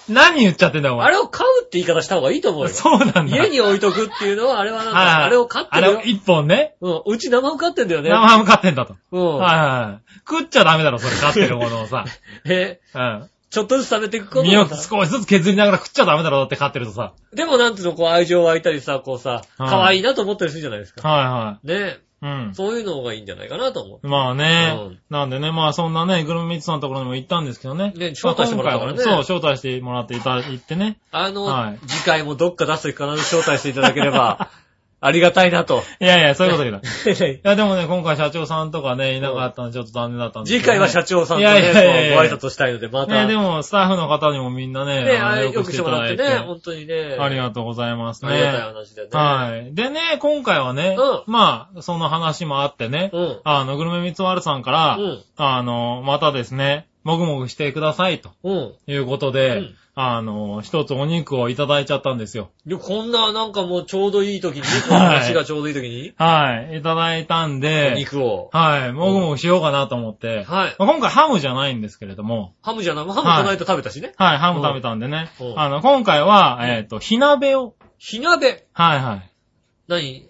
何言っちゃってんだ、おあ前。れを買うって言い方した方がいいと思うよ。 (laughs) そうなんだ。家に置いとくっていうのは、あれはなんはいはいか、あれを買ってあるれよを。一本ね。うん、うち生ハム買ってんだよね。生ハム買ってんだと。うん。はいはいはい。食っちゃダメだろ、それ買ってるもの (laughs) をさ。え、うちょっとずつ食べていくこん。身とをがさ少しずつ削りながら食っちゃダメだろ、だって買ってるとさ。でもなんていうの、こう愛情湧いたりさ、こうさ、可愛いなと思ったりするじゃないですか。はねいはい。うん。そういうのがいいんじゃないかなと思まあうねん。なんでね、まあそんなね、グルメミッツさんのところにも行ったんですけどね。ね招待してもらったからねまあ今回はそう、招待してもらっていた、行ってね。う。あの、はい次回もどっか出す時必ず招待していただければ、 (laughs) ありがたいなと。いやいや、(laughs) そういうこと言うな。い次や、でもね、今回社長さんとかね、いなかったのでちょっと残念だったんですけどね。回は社長さんといやいね、やいやいやこうご挨拶したいので、また。ね、でも、スタッフの方にもみんなね、ねああのれよくしてもらってよくね、いただい本当にね。てありがとうございますありがたいね。話だよね。はい。でね、今回はね、うまあ、その話もあってね、うん。あの、グルメミツワルさんから、うん。あの、またですね、もぐもぐしてください、とうん。いうことで、うんあの、一つお肉をいただいちゃったんですよ。でこんな、なんかもうちょうどいい時に、この話がちょうどいい時に、はい。いただいたんで、肉を。はい。もぐもぐしようかなと思って、はい。まあ今回ハムじゃないんですけれども、ハムじゃない、ハムこの間食べたしね。はい、ハム食べたんでねうんう。んあの、今回は、えっ、と、火鍋を、火鍋。はいはい。何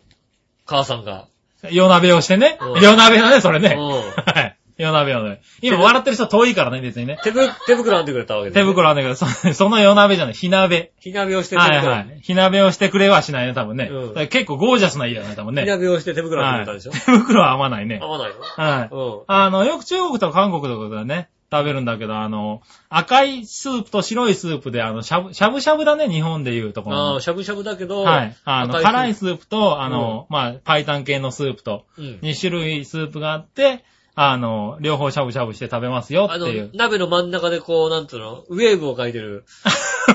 母さんが。夜鍋をしてねう。ん夜鍋だね、それね。うんはい。夜鍋をね。今笑ってる人遠いからね、別にね。手ぶ、手袋編んでくれたわけです、手。袋なんだけど、そその夜鍋じゃない、火鍋。火鍋をして手は袋編いんで。はい。火鍋をしてくれはしないね、多分ね。うんだから結構ゴージャスな家だね、多分火ね。鍋をして手袋編んでくはれたいでしょ、手袋は合わないね合。わないのはい。うあの、よく中国とか韓国とかでね、食べるんだけど、あの、赤いスープと白いスープで、あの、しゃぶ、しゃぶしゃぶだね、日本でいうとこん。ろのああ、しゃぶしゃぶだけど、はい。あの、赤辛いススープと、あの、まあ、白湯系のスープと、ープ。 2種類スープがあって、あの、両方しゃぶしゃぶして食べますうよん。っあていうの、。鍋の真ん中でこう、なんつうの、ウェーブを描いてる。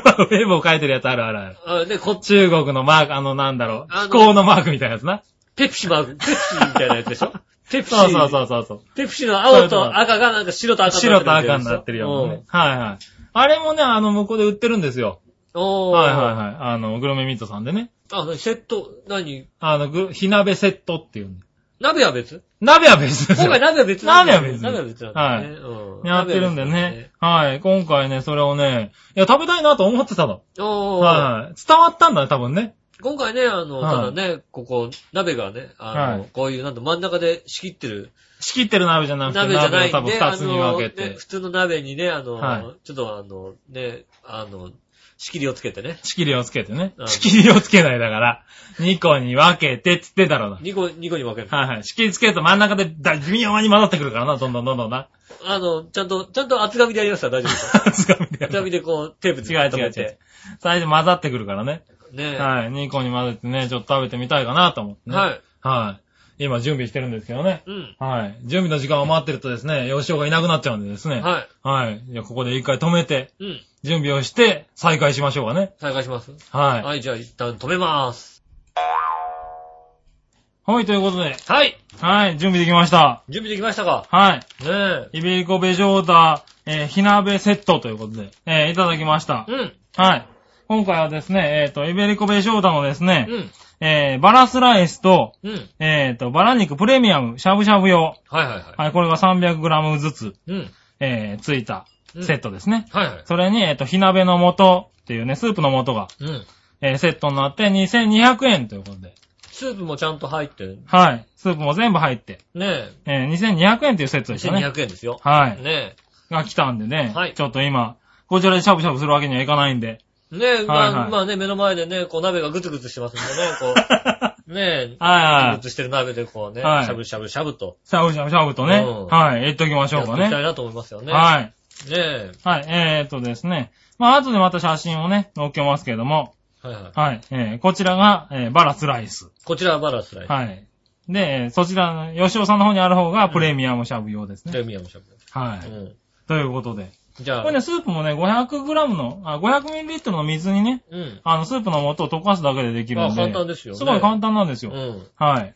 (laughs) ウェブを書いてるやつあるあるある。あで、こっち、中国のマーク、あの、なんだろう、あの飛行のマークみたいなやつな。ペプシマーク、ペプシみたいなやつでしょペプシ (laughs) そうそうそうそうそう。ペプシの青と赤がなんか白と赤にな白ってるとみた赤いやつでにしょなってるようなね。はいはい。あれもね、あの、向こうで売ってるんですよ。うん。おー。はいはいはい。あの、グルメミートさんでね。あ、セット、何あの、ぐ火鍋セットっていうの。鍋は (laughs) 別鍋は別です今回。よ鍋は別なんだよ鍋は別鍋は別なんだよね。うんやってるんだよね。。はい。今回ね、それをね、いや、食べたいなと思ってたの。おー。はい。伝わったんだね、多分ね。今回ね、あの、はただいね、ここ、鍋がね、あはのい、こういう、なんと真ん中で仕切ってる仕切ってる鍋じゃなくて、鍋じゃないを多ん分で、二あつに分の、けねて、普通の鍋にね、あのは、ちょっとあの、ね、あの、仕切りをつけてね。仕切りをつけてねう。ん仕切りをつけないだから、2個に分けてっつってたろうな。 2個、二個に分ける。はいはい。仕切りつけると真ん中で、だ、微妙に混ざってくるからな、どんどんどんどんな。あの、ちゃんと、ちゃんと厚紙でやりました、大丈夫で (laughs) すかつかみでや厚る。紙でこう、テープで違う違う違う。最初混ざってくるからね。ねはい。2個に混ぜてね、ちょっと食べてみたいかなと思ってね。。はいい。はい。今準備してるんですけどね。うん。はい。準備の時間を待ってるとですね、吉尾がいなくなっちゃうんでですね。い。ははい。じゃあここで一回止めて、い。うん。準備をして、再開しましょうかね。再開します。はい。はい。はい、じゃあ一旦止めまーす。ということで、はい。はい、準備できました。準備できましたかはねえ。い。イベリコベジョーダー、えー火鍋セットということで、えーいただきました。うん。はい。今回はですね、えっ、と、イベリコベジョーダーのですね、うん。えーバラスライスと、うん。えっ、と、バラ肉プレミアム、しゃぶしゃぶ用。はいはいははい、これが 300g ずつ、い。うん。えーついたセットですね。はいはい。それに、えっ、と、火鍋の素っていうね、スープの素が、うん。えーセットになって2200円ということで。スープもちゃんと入ってる。はい。スープも全部入って、ねえー2200円というセッえ。トでしたね。 1200円ですよ。はい。ねが来たんでね。はいちょっと今、こちらでしゃぶしゃぶするわけにはいかない (laughs) んで。え。ねえ、まはいはあ、いまあね、目の前でね、こう鍋がグツグツしてますんでね、こ (laughs) はう。ねえ。いはグツグツしてる鍋でこうね、しはいゃぶしゃぶしゃぶと。い。しゃぶしゃぶしゃぶとね。うんはい。言っときましやょっうてかいきたね。いなと思いますよね。はい。い。ねえ。はい。えーっとですね。まあ、後でまた写真をね、載っけますけれども。はいはい。はい。えー、こちらが、えーバラスライス。こちらはバラスライス。はい。で、えーそちら、吉尾さんの方にある方がプレミアムしゃぶ用ですね。で、ミヤもしゃぶ。はうい。ん。ということで。じゃあこれ、ね、スープもね、500g の、あ、500ml の水にね、うん。あの、スープの素を溶かすだけでできるんで。あ簡単ですよねすごい簡単なんですうよ。ん。はい。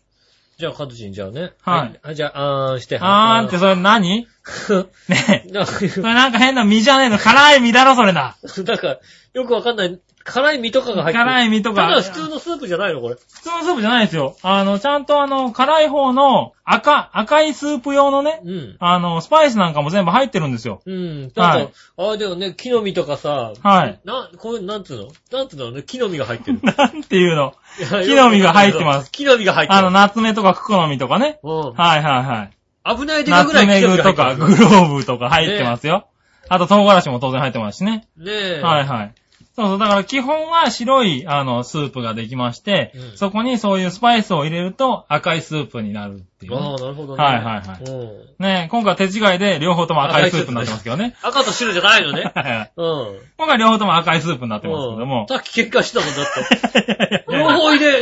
じゃあ、カズチン、じゃあね。はいはい。じゃあ、あーんして。あーんって、それ何 (laughs) (laughs) て。ねえ。それなんか変な身じゃねえの。辛い身だろ、それな。なんか、よくわかんない。辛い身とかが入ってる。辛い身とかただ普通のスープじゃないのこれ。普通のスープじゃないですよ。あの、ちゃんとあの、辛い方の赤、赤いスープ用のね、うん。あの、スパイスなんかも全部入ってるんですよ。うん。なんはかい、ああ、でもね、木の実とかさ、はい。。な、こういう、なんつうのなんつうのね、木の実が入ってるなんていうの。いや木の実が入ってます。木の実が入ってあの、る。夏目とかクコの実とかね。うはいはいはい。ん。危ないでかぐら夏い目木の実具が入とってかる。グローブとか入ってますよ。あと唐辛子も当然入ってますしね。ねえ。はいはい。そうそう、だから基本は白い、あの、スープができまして、うんそこにそういうスパイスを入れると赤いスープになるっていうね、ああ、なるほどね。はいはいはいうん。ねえ今回は手違いで両方とも赤いスープになってますけどね。赤と白じゃないのね。はいはいうん。 (laughs) 今回両方とも赤いスープになってますけどうもん。さっき喧嘩したもんだって。い両やいや方入れ、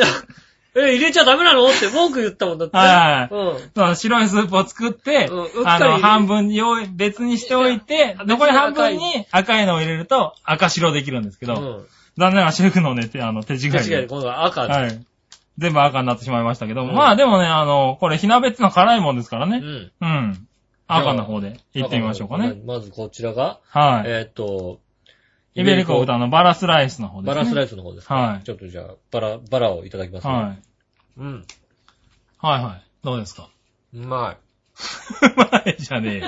え、入れちゃダメなのって文句言ったもんだって。 (laughs) はいうん。そう白いスープを作って、うんうっかりあの、半分用意、別にしておいてや、残り半分に赤いのを入れると赤白できるんですけど、うん。残念ながらシェフのね、手あの手違い違う違う、で。今度は赤。はい。全部赤になってしまいましたけども、うんまあでもね、あの、これ火鍋ってのは辛いもんですからうね。ん。うん。赤の方で行ってみましょうかね。まずこちらが、はい。えーっと、イベリコ豚のバラスライスの方でバすね。ラスライイスの方です。はいちょっとじゃあ、バラ、バラをいただきますね。はい。うん。はいはい。どうですか (laughs) うまうまいじゃね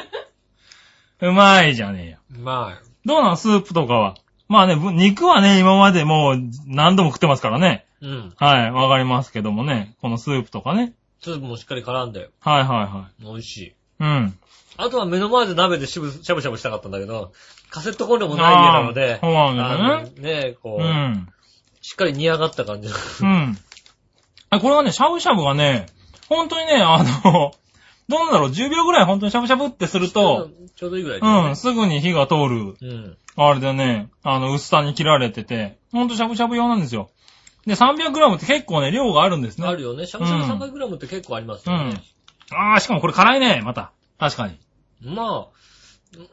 えよ。うまいじゃねえよ。い。うまい。どうなんスープとかは。まあね、ぶ肉はね、今までもう何度も食ってますからね。うん。はい、わかりますけどもね。このスープとかね。スープもしっかり絡んで、はいはいは美味しい。い。うん。あとは目の前で鍋でしぶ、しゃぶしゃぶしたかったんだけど、カセットコンロもない家なので、あーそうなんあのね、こうう、ん。しっかり煮上がった感じ。うん。あ、これはね、しゃぶしゃぶがね、本当にね、あの、 (laughs) どうなんだろう、10秒ぐらい本当にしゃぶしゃぶってすると、 (laughs) ちょうどいいぐらいでうん、すぐに火が通る、うん。あれでね、あの、薄さに切られてて、ほんとしゃぶしゃぶ用なんですよ。で、300g って結構ね、量があるんですね。あるよね。しゃぶしゃぶうん 300g って結構ありますよね。あー、しかもこれ辛いね、また。確かに。まあ、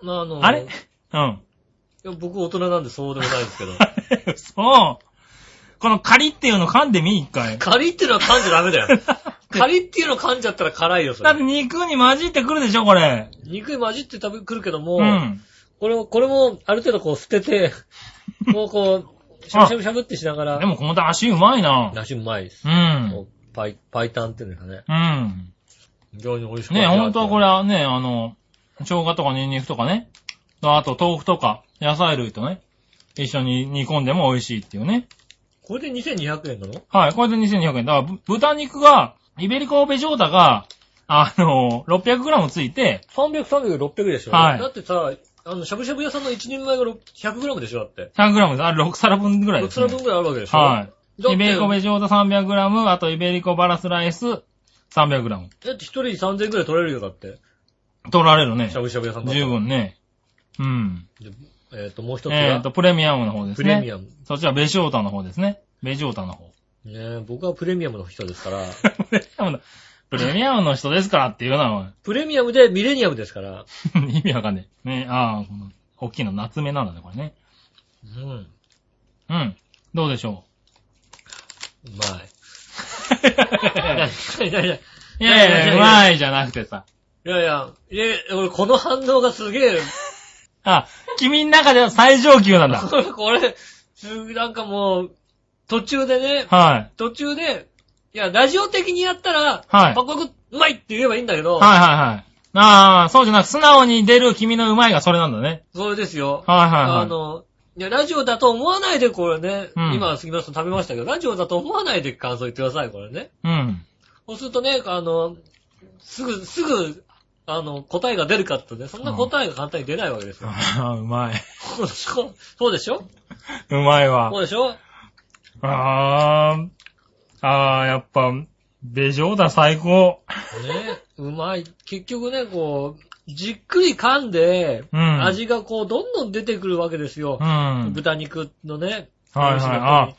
まあ、あの、あれいうん。 (laughs) や僕大人なんでそうでもないですけど。 (laughs) そう。このカリっていうの噛んでみ、一回。カリっていうのは噛んじゃダメだ (laughs) よ。カリっていうの噛んじゃったら辛いよ、そだってれ。肉に混じってくるでしょ、これ。肉に混じって食べ、くるけども、うん。 (laughs) これを、これも、ある程度こう捨てて、もうこう、しゃぶしゃぶしゃぶってしながらで、もこのだしうまいな。梨うまいです。うん。パイ、パイタンっていうんですかね。うん。非常に美味しくね本当はこれ。はね、あの、生姜とかニンニクとかね。あと豆腐とか野菜類とね。一緒に煮込んでも美味しいっていうね。これで2200円なのはい。これで2200円。だからぶ、豚肉が、イベリコベジョータが、あの、600g ついて、 ?300、300、600でしょはいだってさ、あの、しゃぶしゃぶ屋さんの1人前が6 100g でしょだって。 100g です。あれ6皿分ぐらい6です、皿ね。分くらいあるわけでしょはい。だってイベリコベジョータ 300g、あとイベリコバラスライス 300g。だって一人3000円くらい取れるよ、だって。取られるねしゃ。ぶしゃぶ屋さんだった十ら。分ね。うん。えっと、もう一つえっ、がと、、プレミアムの方ですプね。レミアム。そっちはベジョータの方ですね。ベジョータの方。ねえ僕はプレミアムの人ですから、 (laughs) プレミアムの、プレミアムの人ですからっていうな、おいプレミアムでミレニアムですから、 (laughs) 意味わかんねえ。ねああ、この、大きいの、夏目なんだね、これね。うん、ううん。どうでし (laughs) ょまい。う。いやいやい (laughs) いやいやいや、うまいじゃなくてさ。やいや、いや、俺この反応がすげえ、あ、君の中では最上級なんだ。これ、すなんかもう、途中でね、はい。途中で、いや、ラジオ的にやったら、はいかっこよく、うまいって言えばいいんだけど、はいはいはい。ああ、そうじゃなく、素直に出る君のうまいがそれなんだね。それですよ。はいはいはい。あの、いや、ラジオだと思わないで、これね、うん今、杉村さん食べましたけど、ラジオだと思わないで感想言ってください、これね。うん。そうするとね、あの、すぐ、すぐ、あの、答えが出るかってね、そんな答えが簡単に出ないわけですよ。ああ、うまい。そうそうでしょ (laughs) うまいわそ。うでしょああ、ああ、やっぱ、ベジョーダ最高。ね、うまい。結局ね、こう、じっくり噛んで、うん。味がこう、どんどん出てくるわけですよう。ん。豚肉のね。はいはい美味しとこにあ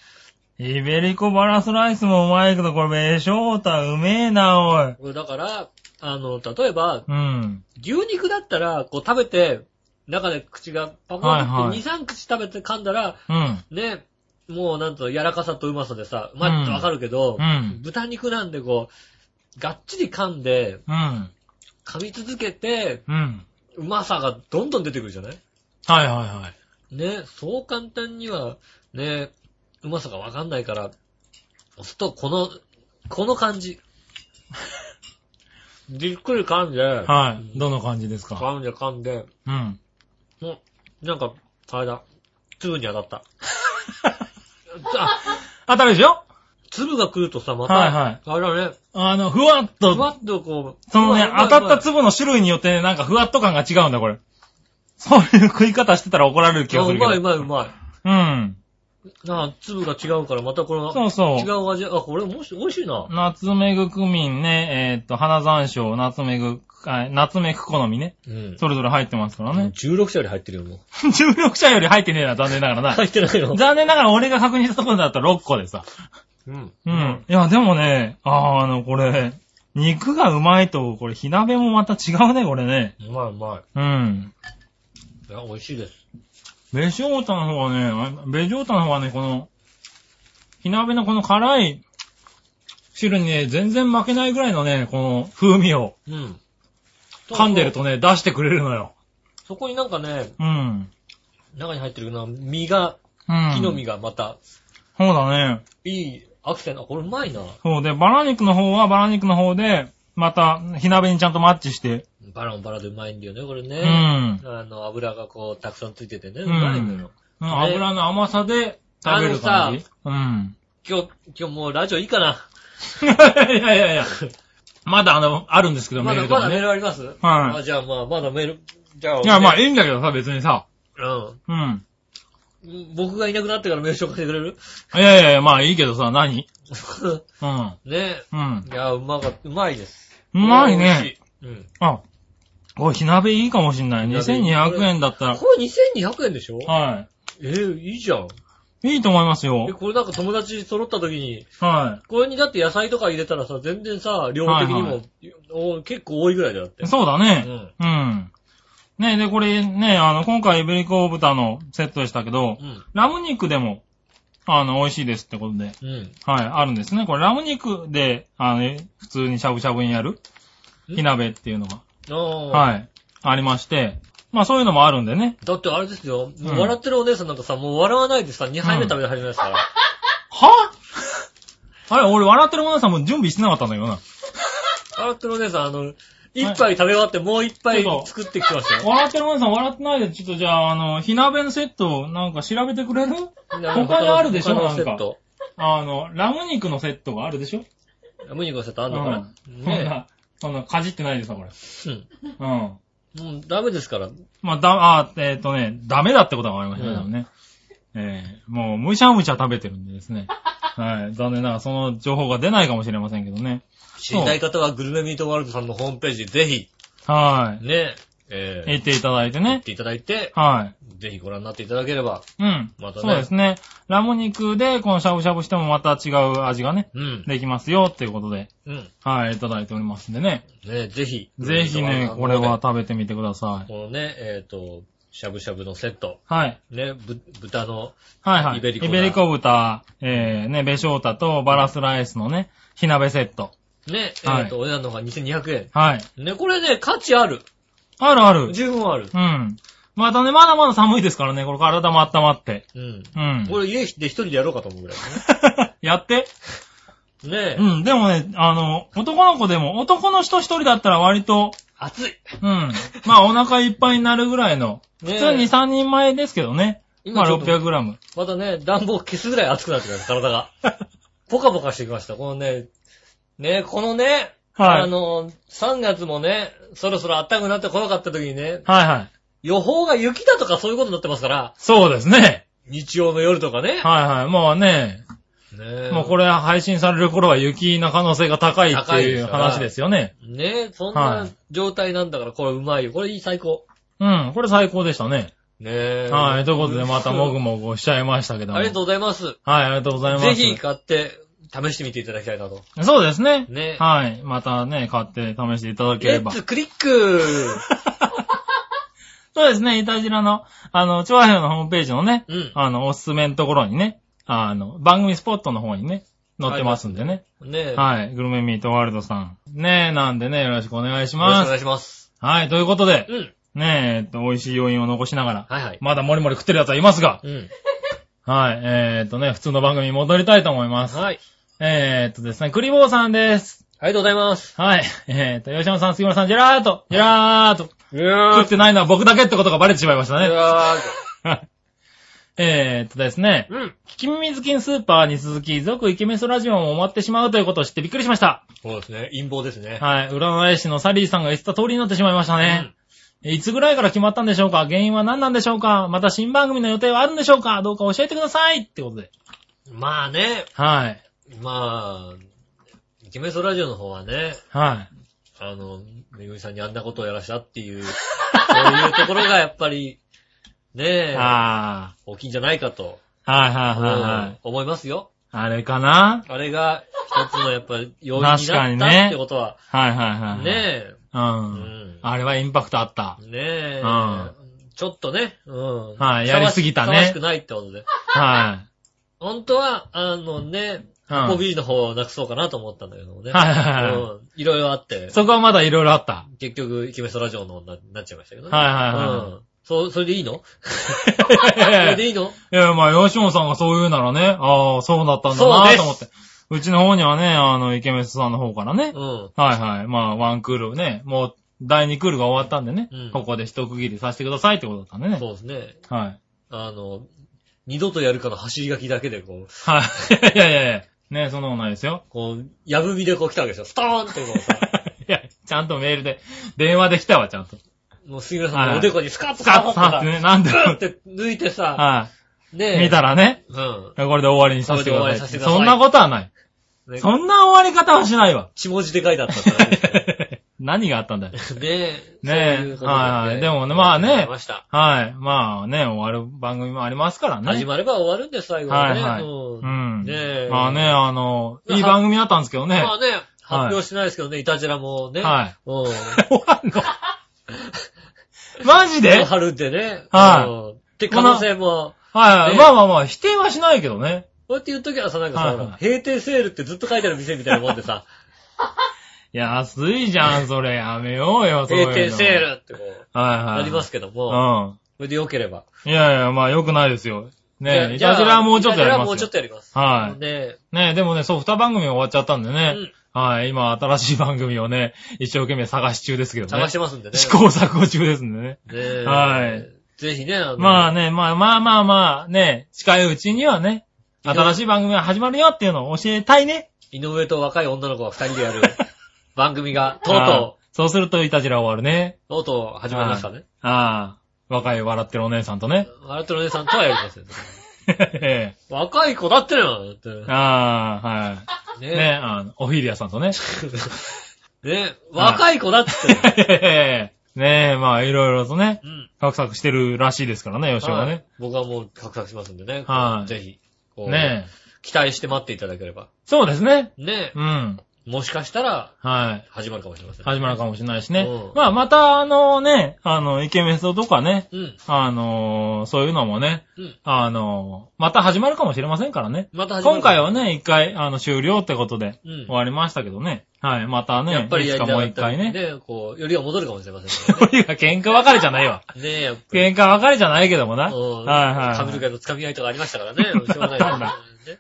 イベリコバラスライスもうまいけど、これ、ベジョータうめえな、おい。これだから、あの、例えば、うん。牛肉だったら、こう食べて、中で口がパパはいンっはてい2、3口食べて噛んだら、うん。ね、もうなんと、柔らかさとうまさでさ、うまいってわかるけど、うん。豚肉なんでこう、がっちり噛んで、うん。噛み続けて、うん。うまさがどんどん出てくるじゃないはいはいはい。ね、そう簡単には、ね、うまさがわかんないから、そうすると、この、この感 (laughs) じ。じっくり噛んで、はい。どの感じですか噛んで噛んで、うん。もう、なんか、あれだ、粒に当た (laughs) った。ああ、ダメでしょ粒が来るとさ、また、はいはいあれだね、あの、ふわっふわと、っとこう、そのねう、わ当うわたった粒の種類によってね、なんかふわっと感が違うんだ、これ。そういう食い方してたら怒られる気があすうるけど。まいうまいうまい。うん。なあ、粒が違うから、またこの、そうそう。違う味、あ、これもし、美味しいな。ナツメグクミンね、えーっと、花山椒、ナツメグ、あナツメク好みね。うん。それぞれ入ってますからね。 16社より入ってるよ、もう。 (laughs) 16社より入ってねえな、残念ながらな。入ってないの。残念ながら俺が確認したところだったら6個でさ。うん。うん。いや、でもね、あーあの、これ、肉がうまいと、これ、火鍋もまた違うね、これね。うまいうまうん。い。いや、美味しいです。ベジョータの方はね、ベジョータの方はね、この、火鍋のこの辛い汁にね、全然負けないぐらいのね、この風味をうん。噛んでる。とね、出してくれるのよ。そこになんかね、うん。中に入ってるな、身が、うん。木の実がまた、そうだね。いいアクセント。これうまいな。そうで、バラ肉の方はバラ肉の方で、また、火鍋にちゃんとマッチして。バラもバラでうまいんだよね、これうね。ん。あの、油がこう、たくさんついててね、ううんまいのよ。うん油の甘さで食べるあ感のじ。うん。今日、今日もうラジオいいかな。いや (laughs) いやいや。まだあの、あるんですけど、メまーだ、ルとまだかメーね。ルありますはいはじゃあまあ、まだメール、じゃあ、い。いや、まあいいんだけどさ、別にさ。うん。うん。僕がいなくなってからメール紹介してくれる (laughs) いやいやいや、まあいいけどさ、何うん。ねうん。え。いや、うまかった。うまいです。うまい美味しね。い。うん。あ、これ火鍋いいかもしんない。火鍋いい2200円だったら。これ2200円でしょはええいいじゃん。い。いいと思いますえ、よ。これなんか友達揃った時に、はい。これにだって野菜とか入れたらさ、全然さ、量的にも、はいお結構多いぐらいだよだって。そうだうね。ん。うん。ねで、これね、あの、今回イベリコ豚のセットでしたけどう、ん。ラム肉でも、あの、美味しいですってことで、うん。はい、あるんですね。これラム肉で、あの、普通にしゃぶしゃぶにやるうん火鍋っていうのが、ああ。い。はい、ありまして、まあそういうのもあるんでね。だってあれですよ、うん笑ってるお姉さんなんかさ、もう笑わないでさ、2杯目食べて始めましたから。は (laughs) あれ、俺笑ってるお姉さんも準備してなかったんだよな。笑ってるお姉さん、あの、一杯食べ終わってもう一杯作ってきてましたよ。笑ってるお姉さん笑ってないで、ちょっとじゃあ、あの、ひな弁セットをなんか調べてく (laughs) れる他にあるでしょ他のなんかセット。あの、ラム肉のセットがあるでしょムニコのセットあんのかな、うん。そんねな、そんな、かじってないですか、これ。え。うん。うん。もうダメですから。まあ、だ、あ、えっ、とね、ダメだってことが分かりましたね、うん多分ね。えーもう、むしゃむしゃ食べてるんでで (laughs) すね。はい。残念ながら、その情報が出ないかもしれませんけどね。知りたい方はグルメミートワールドさんのホームページぜひ、はい。ね、えー、言っていただいて行っね。ていただいて、はい。ぜひご覧になっていただければ。うん。またねそうですね。ラム肉で、このしゃぶしゃぶしてもまた違う味がね、うん。できますよっていうことで、うん。はい、いただいておりますんでね。ね、ぜひ。ぜひね、これは。食べてみてください。このね、えっ、と、しゃぶしゃぶのセット。はい。ね、ぶ、豚の、はいはい。イベリコイだベリコ豚、えー、ね、ベショータとバラスライスのね、火鍋セット。ね、えっ、はいと、お値段の方が2200はい。円。ね、これね、価値ある。あるある。十分ある。うん。またね、まだまだ寒いですからね、これ体も温まって。うん。うん。これ家で一人でやろうかと思うぐらいだ (laughs) やって。ね。ねえ、うん、でもね、あの、男の子でも、男の人一人だったら割と、暑い。うん。まあ、お腹いっぱいになるぐらいの、ねえ普通に3人前ですけどね。今まちあ、ょっと 600g。またね、暖房消すぐらい暑くなってきました、体 (laughs) が。ポカポカしてきました、このね。ね、このね、はいあの、3月もね、そろそろ暖かくなってこなかった時にね、はいはい。予報が雪だとかそういうことになってますから、そうです (laughs) ね。日曜の夜とかね。はいはい。もうね、ねえもうこれ配信される頃は雪な可能性が高いって高いでいすうから話ですよね。ねえ、そんはない状態なんだから、これうまいよ。これいい、最高。うん、これ最高でしたね。ねえ。はい、ということでまたもぐも。もぐしちゃいましたけども。ありがとうございます。はい、ありがとうございます。ぜひ買って、試してみていただきたいなと。そうですね。ねはい。またね、買って試していただけレれッば。ツクリックそうですね、イタジラの、あの、チョアヘオのホームページのね、うんあの、おすすめのところにね、あの、番組スポットの方にね、載ってますんでね。ねえ。よはい。グルメミートワールドさん。ねえ、なんでね、よろしくお願いしろしくまお願す。いします。はい、ということでう、ん。ねえ、えっと、美味しい要因を残しながら、はいはい。まだもりもり食ってる奴はいますが、うん。はい、えーっとね、普通の番組に戻りたいと思います。はい。えーっとですね、クリボーさんです。ありがとうございます。はい。えーっと、吉野さん、杉村さん、ジェラートジェラートうわ食ってないのは僕だけってことがバレてしまいましたね。えーっとですね、うん。聞き耳好きのスーパーに続き、続イケメンスラジオも終わってしまうということを知ってびっくりしました。そうですね。陰謀ですね。はい。占い師のサリーさんが言ってた通りになってしまいましたね。いつぐらいから決まったんでしょうか原因は何なんでしょうかまた新番組の予定はあるんでしょうかどうか教えてくださいってことで。うん。まあね、はい。まあ、イケメンソラジオの方はね、はい。あの、めぐみさんにあんなことをやらしたっていう、そういうところがやっぱり、ねえ、あ大きいんじゃないかと、あ。はいはいはいはうんい。思いますよ。あれかなあれが一つのやっぱり要因になっ確かにたねってことは、はいはいはいはねい。え、う。うんん。あれはインパクト (laughs) あった。ねえ、うんちょっとね、うん。はいやりすぎたね騒しくないってことで。は本当は、あのね、うんコビーの方をなくそうかなと思ったんだけどもい。ね。はいはいはい。うんいろいろあって、そこはまだいろいろあった。結局、イケメンソラジオのななっちゃいましたけどね。はいはいはいうん。そ、それでいい (laughs) のそいやいれやいやでいいのいや、まあ、吉本さんがそう言うならね、ああ、そうだったんだそうでなすと思って。うちの方にはね、あの、イケメンさんの方からね、うん。はいはい、まあ、ワンクールね、もう、第2クールが終わったんでね、うんここで一区切りさせてくださいってことだったんでね。そうですね。はい。あの、二度とやるかの走り書きだけで、こう、はい。 (laughs) いやいやいや、ね、そんなことないですよ。 (laughs) こう、やぶみでこう来たわけですよ。ストーンってこうさ、いや、ちゃんとメールで、電話できたわ、ちゃんと。もう杉村さんのおでこにスカッとスカッとささってね、なんでグも。ーって抜いてさ、はねい。見たらね、うん。これで終わりにさせてくださこれで終いわりにさせてくって。ださいそんなことはない。ねそんな終わり方はしないわ。血文字で書いてあったからね。 (laughs) 何があったんだよ。ねえ。ねえそういうことではいはいでもねまあねありました。はい。まあね、終わる番組もありますからね。始まれば終わるんです、最後はね。はいはいうん。ねえまあね、あの、まあいい番組だったんですけどうんね。まあね、発表してないですけどね、いたじらもね。はいうん。終わんの (laughs) マジではい春ってね。はういん。って可能性も。はい。ねまあまあまあ、否定はしないけどね。こうやって言うときはさ、なんかはさ、いほはいら閉店セールってずっと書いてある店みたいなもんでさ、安いじゃん、それ。やめようよ、 (laughs) そういう閉の。店セールってこう、はいはあい。りますけども、うそれで良ければ。ん。いやいや、まあ良くないですよ。ねえ、いじゃあたじらはもうちょっとやいたじりらはまもうちすょっよ。とやります。はねい。ねえ、でもね、そう、二番組終わっちゃったんでうね。ん。はい、今、新しい番組をね、一生懸命探し中ですけどね。探してますんでね。試行錯誤中ですんでね。ねえはい。ぜひね、あのまあね、まあまあまあまあ、ね、近いうちにはね、新しい番組が始まるよっていうのを教えたいね。井上と若い女の子が二人でやる番組が、とうあとあそうすると、いたじら終わるね。う、とうとう始まりましたね。ああ、若い笑ってるお姉さん (laughs) とね。笑ってるお姉さんとはやりますよね。え若い子だってのだって。えああ、はい。ね (laughs) ね、あの、オフィリアさんとね。 (laughs) ね若い子だって。ねえ、まあ、いろいろとね、うん。サクサクしてるらしいですからね、吉尾ははいね。僕はもう、カクカクしますんでね。はいぜひ、こうねえ。期待して待っていただければ。そうですね。ねうん。もしかしたら、はい。始まるかもしれません。始まるかもしれないしねうん。まあ、また、あのね、あの、イケメンソとかね、うん。あのー、そういうのもね、うん。あのー、また始まるかもしれませんからね。また始まる。今回は。ね、一回、あの、終了ってことで、うん終わりましたけどね。はい、またね、やっぱりいやつりかたもかうっ一た回りね。ね、こう、よりは戻るかもしれませんけ (laughs) どね。俺が喧嘩別れじ (laughs) ゃないわ。ねえ、やっぱり。喧嘩別れじゃないけどもな。うんはいはい髪のはい。毛の掴み合いとかありましたからね。しょうがないあったんだ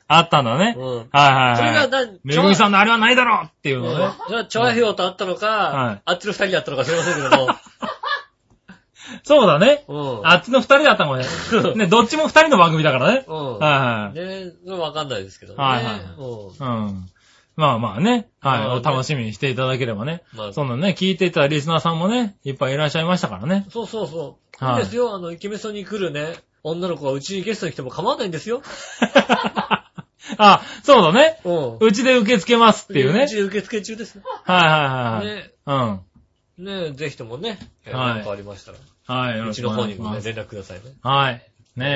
あったんだね。うん。 (laughs) はいはいはい。それが何めぐみさんのあれはないだろうっていうのね。それは、チョアヘヨと会ったのはかい、あっちの二人で会ったのか知りませんけ (laughs) ども。そうだね。うん。あっちの二人だったもんね。ね、どっちも二人の番組だからね。うん。はいはい。ねえ、わかんないですけどね。はいはいい。うん。まあまあね。はい。まあねお楽しみにしていただければね。まあ、そそんなね、聞いていたリスナーさんもね、いっぱいいらっしゃいましたからね。う (laughs) そうそう。いいはいですよ、あの、イケメソに来るね、女の子がうちにゲストに来ても構わないんですよ。あ、そうだね。うん。うちで受け付けますっていうね。はういち受付中ですよ。はいはいはい。ねうん。え、ねえ、ぜひともね、えーはないんかありましたら、はい。ようろちしくのお方願にいしもまね、す。連絡くださいね。はい。よ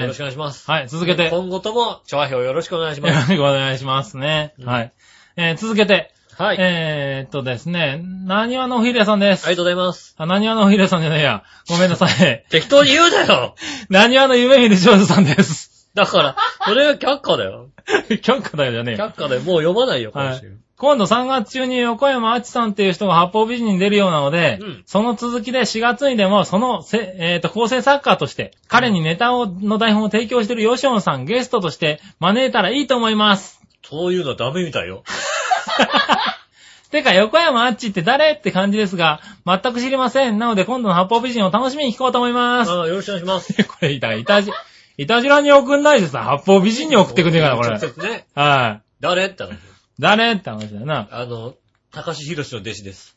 ねろしくお願いします。はい。続けて。今後とも、チョアヘヨよろしくお願いしよまろす。しくお願いしますね。うんはい。えー続けて、はい。ありえーっとですね、何話のおひれさんです。がとうございます。あ、何話のおひれさんじゃないや。ごめんなさい。 (laughs) 適当に言うなよ何話の夢見る少女さんです。 (laughs) だから、それは却下だよ。キャンカだよじゃねえよ。 (laughs) 却下だよ。もう読まないよ、今週。今度3月中に横山あちさんっていう人が八方美人に出るようなので、うんその続きで4月にでも、そのせ、えーっ、と、構成作家として、彼にネタを、の台本を提供している吉野さんゲストとして招いたらいいと思います。そういうのはダメみたい (laughs) よ。てか、横山あっちって誰って感じですが、全く知りません。なので、今度の八方美人を楽しみに聞こうと思います。ああ、よろしくお願いします。 (laughs) これ、いた、いたじ、いたじらに送んないでさ、八方美人に送ってくんね (laughs) えから、こ直れ。接ね。はい。誰って話。誰って話だよな。 (laughs) あの、高志博士の弟子です。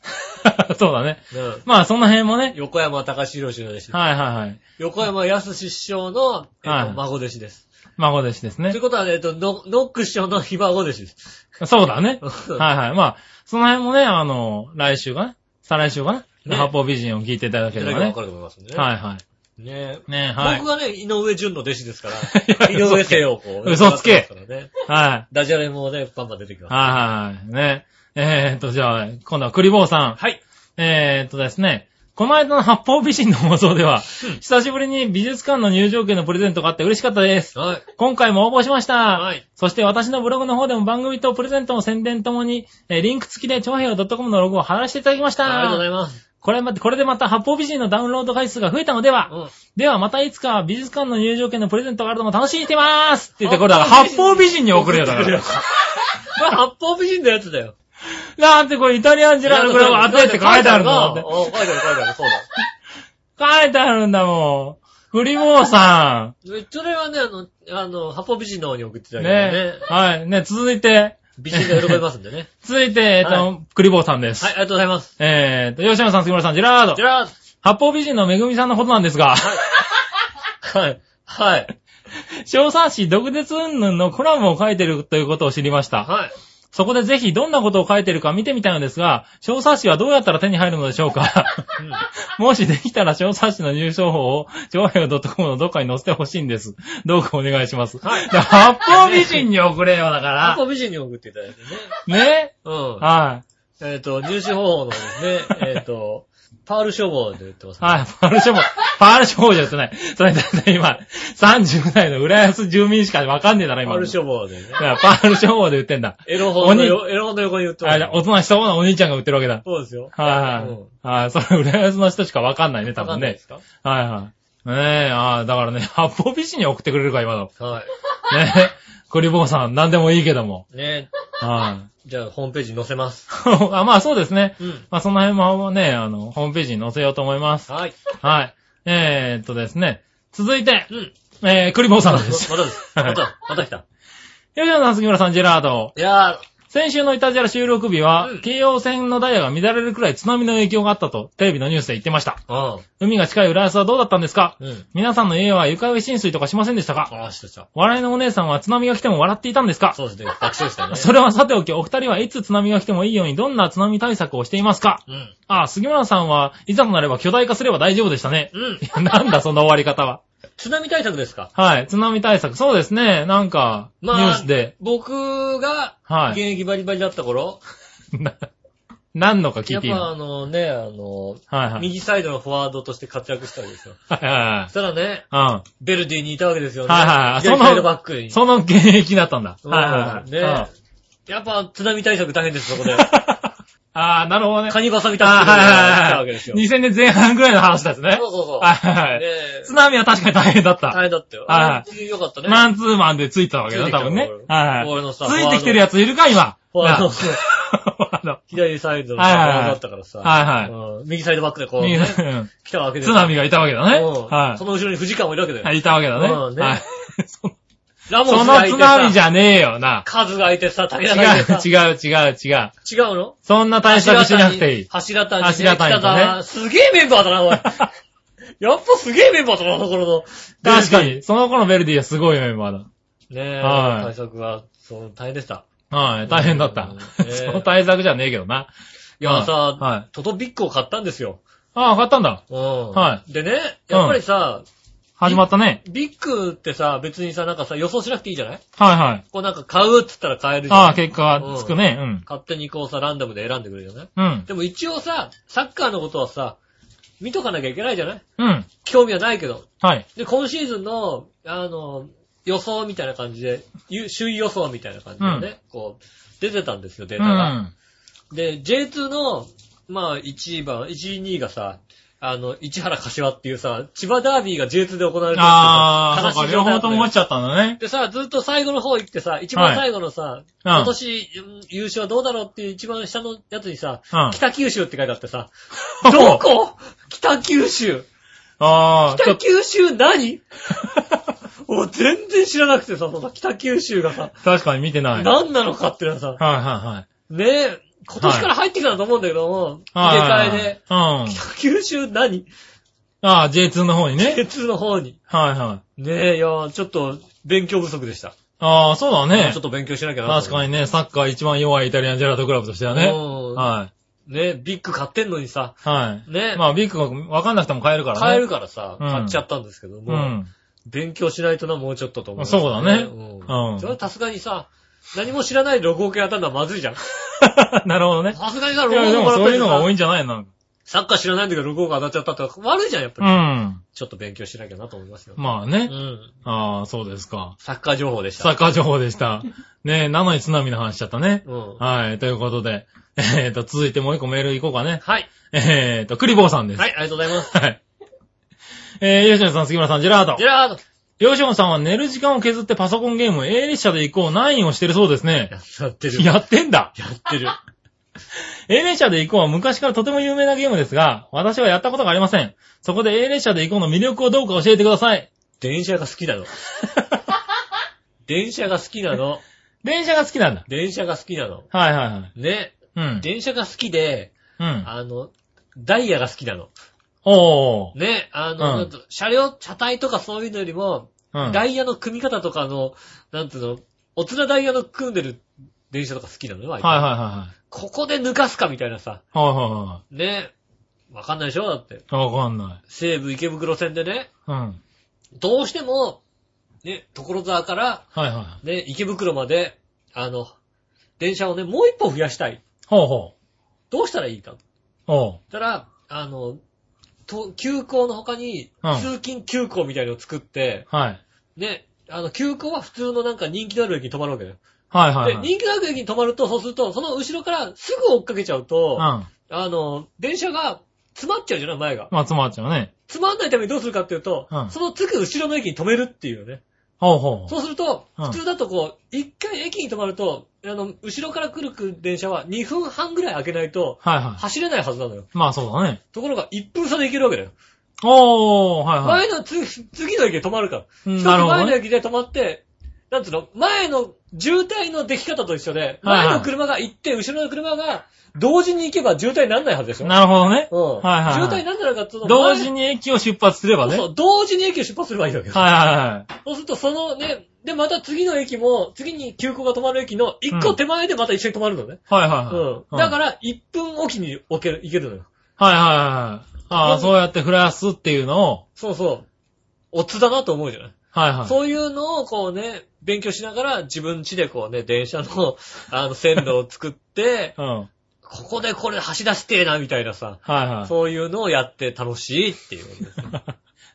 そうだね。うんまあ、その辺もね。横山高志博士の弟子。はいはいはい。横山康師匠の、えっとはい孫弟子です。孫弟子ですとねいう。ことは、えっと、ノノック師匠のひ孫弟子です。そうだね。うんはいはい。まあ、その辺もね、あの、来週かな再来週かねな八方美人を聞いていただ (laughs) いたけだれけばばわねか。ると思いますんでね。はいはねい。ねえはい僕。はね、井上淳の弟子です (laughs) から、井上聖をこう、嘘つけ使ってますからねはい。ダジャレもね、バンバン出てきます。はいはいはい。ね。えーっと、じゃあ、今度は栗坊さん。はい。えーっとですね、この間の八方美人の放送では、久しぶりに美術館の入場券のプレゼントがあって嬉しかったです。はい。今回も応募しました。はいそして私のブログの方でも番組とプレゼントの宣伝ともに、えーリンク付きで超平洋 .com のロゴを貼らせていただきました。ありがとうございます。これま、これでまた八方美人のダウンロード回数が増えたのでは、うん。ではまたいつか美術館の入場券のプレゼントがあるのも楽しみにしてまーすって言って、こ八れだか方美ら八人方美人に送れよだか送れらよ。これ八方美人のやつだよ。なんてこれイタリアンジェラートクラブ当てって書いてあるのって。書いてある、書いてある、そうだ。書いてあるんだもん。フリボーさそれはね、あの、あの、八方美人の方に送っていたん。だければねね。はい。ね、続いて、美人が喜びますんで (laughs) ね。続いて、えっはと、クリボーさんです。はい、ありがとうございます。えっと、吉野さん、杉村さん、ジェラーじド。ゃあ、八方美人のめぐみさんのことなんですが、はい。はい。小三誌毒舌云々のコラムを書いてるということを知りました。はい。そこでぜひどんなことを書いてるか見てみたいのですが、小冊子はどうやったら手に入るのでしょうか (laughs) もしできたら小冊子の入賞法を、上辺を .com のどっかに載せてほしいんです。どうかお願いします。はいや八方美人に送れよ、八 (laughs) だか方美人に送っていただいてね。ら。ねうん。は (laughs) えっと、入手方法のですね、えっと、パール消防で売ってます、ね。はい、パール消防、パール消防じゃない。それだって今、30代の浦安住民しかわかんねえだろ、パ今。ール消防でね。いやパール消防で売ってんだ。エロ本のよ、エロ本の横に売ってまあす、じゃあ大人しそうなお兄ちゃんが売ってるわけだ。そうですよ。はいはうんい。はい、それ浦安の人しかわかんないね、多わか分んないでね。すかはいはい。ねえ、ああ、だからね、八方美人に送ってくれるか、今の。はねえ、 (laughs) クリボーさん、何でもいいけども。い。ねはい。じゃあ、ホームページに載せます。 (laughs) あまあそうですね。うん。まあその辺もね、あの、ホームページに載せようと思います。はい。はい。えー、っとですね。続いて、うん。えー、クリボーさんまたでです (laughs) す。。また、また来た。よじゃな杉村さん、ジェラード。いやー、先週のイタジェラ収録日は、うん京王線のダイヤが乱れるくらい津波の影響があったと、テレビのニュースで言ってました。海が近い浦安はどうだったんですかうん。うん。皆さんの家は床上浸水とかしませんでしたかあー、したした。笑いのお姉さんは津波が来ても笑っていたんですかそうですね。爆笑でしたね。それはさておき、お二人はいつ津波が来てもいいようにどんな津波対策をしていますかうん。ああ、杉村さんはいざとなれば巨大化すれば大丈夫でし (laughs) たね。うん。いやなんだその終わり方は。津波対策ですかはい。津波対策。そうですね。なんか、ニュまあースで。僕が、は現い。役バリバリだった頃、な (laughs) 何のか聞やいっていいぱのあのね、あの、はいはい。右サイドのフォワードとして活躍したわけですよ。はいはいはいそしたらね、うん。ベルディにいたわけですよね。はいはいはい左そのサイドバックに。その現役だったんだ。うんはいはいねはい。やっぱ津波対策大変です、そこで。 (laughs) ああ、なるほどね。カニバサミあタあ、は来いたはわけいはい。ですよ。 2000年前半ぐらいの話ですねそ。うそうそう。はいはいねはい。え津波は確かに大変だった。大変だったよ。はよかったね。マンツーマンでついたわけだ、ついてきた多分ね俺。はい俺のはい。つさいてきてるやついるか、今。フォワードなフォワー左サイドのはいフォはいワはいードだったからさ。 (laughs) はいうん右サイドバックでこドう、右ね、うん来たわけです津よ波がいたわけだね。うんはその後ろに藤川もいるわけだい。よ。はいいたわけだね。うんねはい。そラモそスのがい津てさ。波じゃねえよな。数がいてさ、違う、竹中がいてさ。違う、違う、違う。違うのそんな対策しなくていい。柱谷。柱柱谷谷ね。とね北田すげえメンバーだ (laughs) な、おい。やっぱすげえメンバーだな、あの頃の。確か。に、その頃のベルディはすごいメンバーだ。ねえ、はい対策は、そう、大変でした。はい、大変だったうんね。 (laughs) その対策じゃねえけどな。いやはさ、いはいトトビックを買ったんですよ。ああ、上がったんだ。うん。はでね、やっぱりさ、始まったね。ビッグってさ、別にさ、なんかさ、予想しなくていいじゃないはいはい。こうなんか買うっつったら買えるじゃん。ああ、結果がつくね。うん。勝手にこうさ、ランダムで選んでくれるじゃないうん。でも一応さ、サッカーのことはさ、見とかなきゃいけないじゃないうん。興味はないけど。はい。で、今シーズンの、あの、予想みたいな感じで、ゆ首位予想みたいな感じでね、こう、出てたんですよ、デーうタが。ん。で、J2 の、まあ、1番、1、2がさ、あの、市原柏っていうさ、千葉ダービーが J2 で行われてるっていうああ、さそうか、両方とも落ちちゃったんだね。でさ、ずっと最後の方行ってさ、一番最後のさ、今年うん優勝どうだろうっていう一番下のやつにさ、うん北九州って書いてあって (laughs) さ、うんどこ北九州ああ、ち北ょっと、九州 (laughs) 何もう全然知らなくてさ、その北九州がさ、確かに見てない。はい何なのかっていうのはさ、はいはい。ねえ、今年から入ってきたと思うんだけども、はい入れ替えで、はい。うん。北九州何ああ、J2 の方にね。鉄の方に。はいはい。ねえ、いや、ちょっと勉強不足でした。ああ、そうだねちょ。っと勉強しなきゃな。確かにね、サッカー一番弱いイタリアンジェラートクラブとしてはね。うんはい。ねえ、ビッグ買ってんのにさ、はねい。まあ、ビッグがわかんなくても買えるからね。買えるからさ、うん買っちゃったんですけどうも、ん。勉強しないとな、もうちょっとと思う、そうだねうん。うんそれはさすがにさ、何も知らないロゴ系当たるのはま (laughs) ずいじゃん。さなるほどね。すがにさ、いロゴや、で系ももらっそうたいりうのが多さいんじゃないのサッカー知らないんだけどロゴが当たっちゃったって悪いじゃん、やっぱうり。ん。ちょっと勉強しなきゃなと思いますよ。まあうね。ん。ああ、そうですか。サッカー情報でした。サッカー情報 (laughs) でした。ねえ、なのに津波の話しちゃったね。うん。はい、ということで。えっと、続いてもう一個メールいこうかね。はい。えっと、クリボーさんです。はい、ありがとうございます。はい。えー、ヨシオンさん、杉村さん、ジェラードジェ。ラード。ヨシオンさんは寝る時間を削ってパソコンゲーム、A 列車で行こう9をしてるそうですね。やってる。やってんだ。やってる。 A 列車で行こうは昔からとても有名なゲームですが、私はやったことがありません。そこで A 列車で行こうの魅力をどうか教えてください。電車が好きなの。 (laughs) 電車が好きなの。電車が好きなんだ。電車が好きなの。はいはいはい。ね。うん。電車が好きで、うん。あの、ダイヤが好きなの。おー。ね、あの、うんなんと車両、車体とかそういうのよりも、うん。ダイヤの組み方とかの、なんていうの、おつなダイヤの組んでる電車とか好きなのよ、は割いとはいはここで抜かすかみたいなさ、いはい。はいはね、わかんないでしょだって。いはい。わかんない。西武池袋線でね、うん。どうしても、ね、所沢から、はいはい。ね、池袋まで、あの、電車をね、もう一本増やしたい。ほうほう。どうしたらいいか。おう。たら、あの、と、休校の他にうん、通勤休校みたいのを作って、はい。ね、あの、休校は普通のなんか人気のある駅に止まるわけだよ。はいはいで、はい。人気のある駅に止まると、そうすると、その後ろからすぐ追っかけちゃううん。と、まあの、電車が詰まっちゃうじゃない、前が。あ、つまっちゃうね。つまんないためにどうするかっていうと、うんそのすぐ後ろの駅に止めるっていうね。ほうほう。そうすると、うん普通だとこう、一回駅に止まると、あの、後ろから来る電車は2分半ぐらい開けないと、はいはい。走れないはずなのよ。まあそうだね。ところが1分差で行けるわけだよ。おー、はいは前い。のつ次の駅で止まるから。うん一つなるほ前どのね。駅で止まって、なんつうの、前の渋滞のでき方と一緒で、はいはい前の車が行って、後ろの車が同時に行けば渋滞にならないはずでしょ。なるほどね。うん。はいはいはい渋滞にならないかっていうと同時に、に駅を出発すればそうね。そ、はいう同時に駅を出発すればいいわけよ。はいはい。そうすると、そのね、で、また次の駅も、次に急行が止まる駅の一個手前でまた一緒に止まるのね。はいはいはい。、うん。だからら、1分おきに置ける、行けるのよ。はいはいはい。ああ、そうやってフラすっていうのを、そうそう。オツだなと思うじゃない。はいはい。そういうのをこうね、勉強しながら自分家でこうね、電車の、 (laughs) あの、線路を作って、うん。はいここでこれ走らせてえな、みたいなさ、はい。そういうのをやって楽しいっていうことです。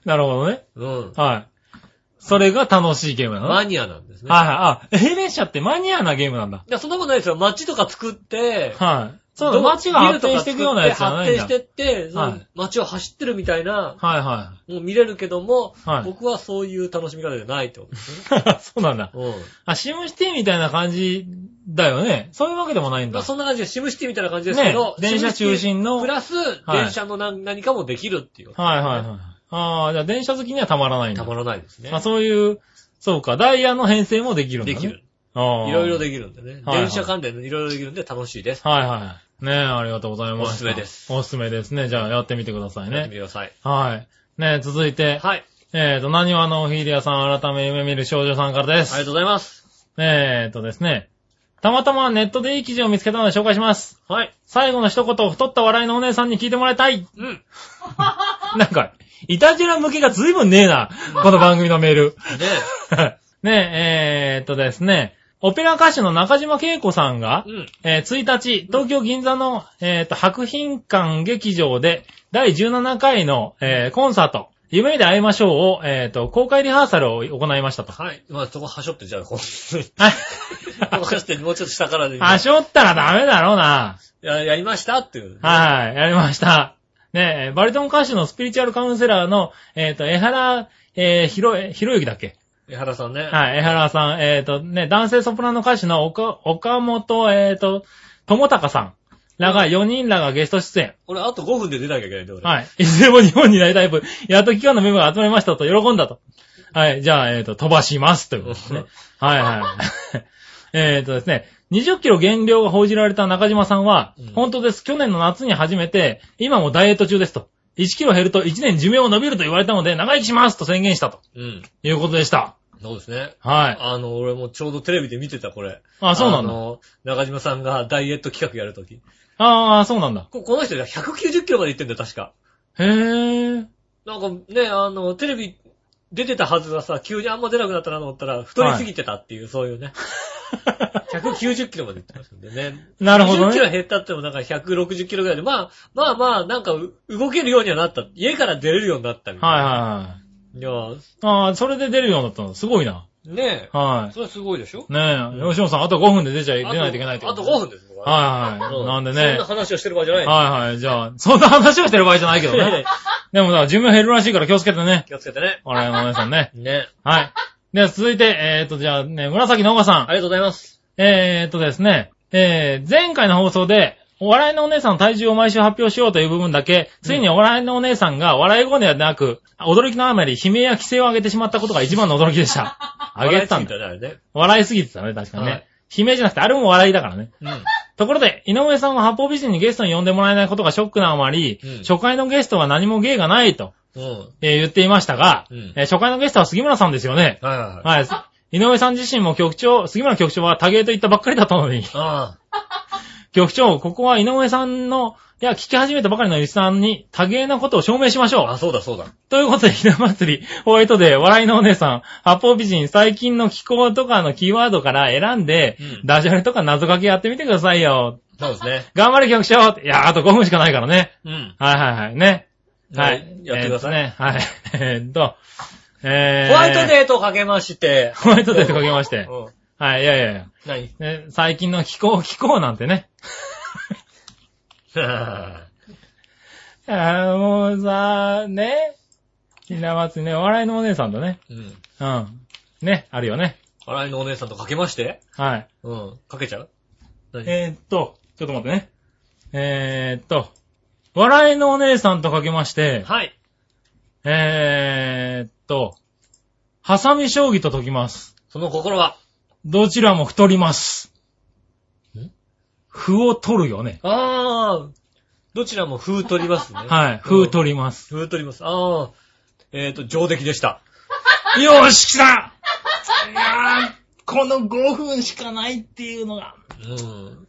なるほどね。うん。はい。それが楽しいゲームなのはマいニアなんですね。はい。あ、平列車ってマニアなゲームなんだ。いや、そんなことないですよ。街とか作って、はい。そうだ、ど街が発展していくようなやつじゃないビんルだ。とか作って発展してって、そはのい街を走ってるみたいな、はいはもう見れるけども、はい僕はそういう楽しみ方じゃないってことですね。い。 (laughs) そうなんだ。うん。あ、シムシティみたいな感じだよね。そういうわけでもないんまだ。あそんな感じで、シムシティみたいな感じですけど、ね電車中心のシムシティプラス、はい電車の何,、何かもできるっていう。はいはいはい。ああ、じゃあ電車好きにはたまらないんだ。たまらないですねあ、。そういう、そうか、ダイヤの編成もできるんだ、でね。きる。ああ。いろいろできるんでね。はいはい電車関連のいろいろできるんで楽しいです。はいはい。ねえ、ありがとうございます。おすすめです。おすすめですね。じゃあやってみてくださいやってみね。てください。はい。ねえ、続いて、はい。えーと、何はのおひりやさん、改め夢見る少女さんからでありがとうす。ございます。えーとですね、たまたまネットでいい記事を見つけたので紹介します。はい。最後の一言を太った笑いのお姉さんに聞いてもらいたい。うん。 (laughs) なんか、イタジラ向けが随分ねえな。この番組のメール。 (laughs) で、ねえ、えーっとですね、オペラ歌手の中島恵子さんが、うん。えー1日、東京銀座の、えーっと、白品館劇場で、第17回の、えーコンサート、夢で会いましょうを、えーっと、公開リハーサルを行いましたと。 (laughs) はい。まあ、そこはしょって、じゃあ、こう。はい。はしょって、もうちょっと下からで。あしょったらダメだろうな。や、やりましたっていう。はい、やりました。ねえ、バリトン歌手のスピリチュアルカウンセラーの、えーっと、江原、えー、ひろ、ひろゆきだっけ江原さんね。はい、江原さん、えっ、とね、男性ソプラノ歌手の岡岡本、えっ、と、友高さんらが、4人らがゲスト出演。俺、あと5分で出なきゃいけないんだ、俺。はい。いずれも日本になりたい分、やっと期間のメンバーが集まりましたと、喜んだと。はい、じゃあ、えっ、と、飛ばします、ということですね。はいはい。 (laughs) えっとですね、20キロ減量が報じられた中島さんは、うん本当です、去年の夏に始めて、今もダイエット中ですと。1キロ減ると1年寿命を伸びると言われたので、長生きしますと宣言したとうん。いうことでした。そうですね。はい。あの、俺もちょうどテレビで見てた、これ。あ、そうなんだあ。の、中島さんがダイエット企画やるとき。ああ、そうなんだ。ここの人が190キロまで行ってんだよ、確か。へえ。なんかね、あの、テレビ出てたはずがさ、急にあんま出なくなったなと思ったら、太りすぎてたっていう、そういう (laughs) ね。190キロまで行ってますんでね。なるほど20キロね。減ったってもなんか160キロぐらいで、まあ、まあまあ、なんかう動けるようにはなった。家から出れるようになったみたいな。はいはいや、い。ああ、それで出るようになったの。すごいな。ねはえ。それはすごいでしょい。ねえ、吉本さん、あと5分で出ちゃい、出ないといけないってあとあと5分です、僕分。ははいはうい。なんでそんねな。話をしてる場合じゃない。はいはい。じゃあ、そんな話をしてる場合じゃないけどね。でもさ、寿命減るらしいから気をつけてね。 (laughs) 気をつけてね。あれ、お姉さ (laughs) んね。ねはい。では続いて、えーと、じゃあね、紫のおさんあ。りがとうございます。えー、っとですね、えー、前回の放送で、お笑いのお姉さんの体重を毎週発表しようという部分だけ、ついにお笑いのお姉さんが笑い声ではなく、驚きのあまり悲鳴や規制を上げてしまったことが一番の驚き (laughs) でした。上げてたんだ。笑いすぎね。笑いすぎてたね、確かにね。はい悲鳴じゃなくて、あれも笑いだからね。あれねところで、井上さんは八方美人にゲストに呼んでもらえないことがショックなあまり、うん初回のゲストは何も芸がないと、うん。うん。えー言っていましたが、うんえー初回のゲストは杉村さんですよね。はいはいはい。はい。井上さん自身も局長、杉村局長は多芸と言ったばっかりだったのに、 (laughs) あ局長、ここは井上さんの、いや、聞き始めたばかりのリスナーに多芸なことを証明しましょあ。う。あ、そうだそうだ。ということで、ひな祭り、ホワイトデー、笑いのお姉さん、八方美人、最近の気候とかのキーワードから選んで、うんダジャレとか謎かけやってみてくださいよ。そうですね。頑張れ局長いや、あと5分しかないからね。うん。はいはいはい。ね。ははいい。やってくださいえーとね。はい。 (laughs) えーっと、えー、ホワイトデーとかけまして。ホワイトデーとかけまして。うん。はい、いやいやいや。何 (laughs) ね最近の気候、気候なんてね。あーもうさ、ね。ひな祭りね、お笑いのお姉さんだね。うん。うん。ね、あるよね。笑いのお姉さんとかけまして。はい。うん。かけちゃう何えーっと、ちょっと待ってね。えーっと、笑いのお姉さんとかけまして、はい。えーっと、ハサミ将棋と解きます。その心はどちらも太りますん。歩を取るよね。ああ、どちらも風取りますね。はい。歩取ります。風取ります。ああ、えっ、と、上出来でした。よしきさんいやーこの5分しかないっていうのが。うん。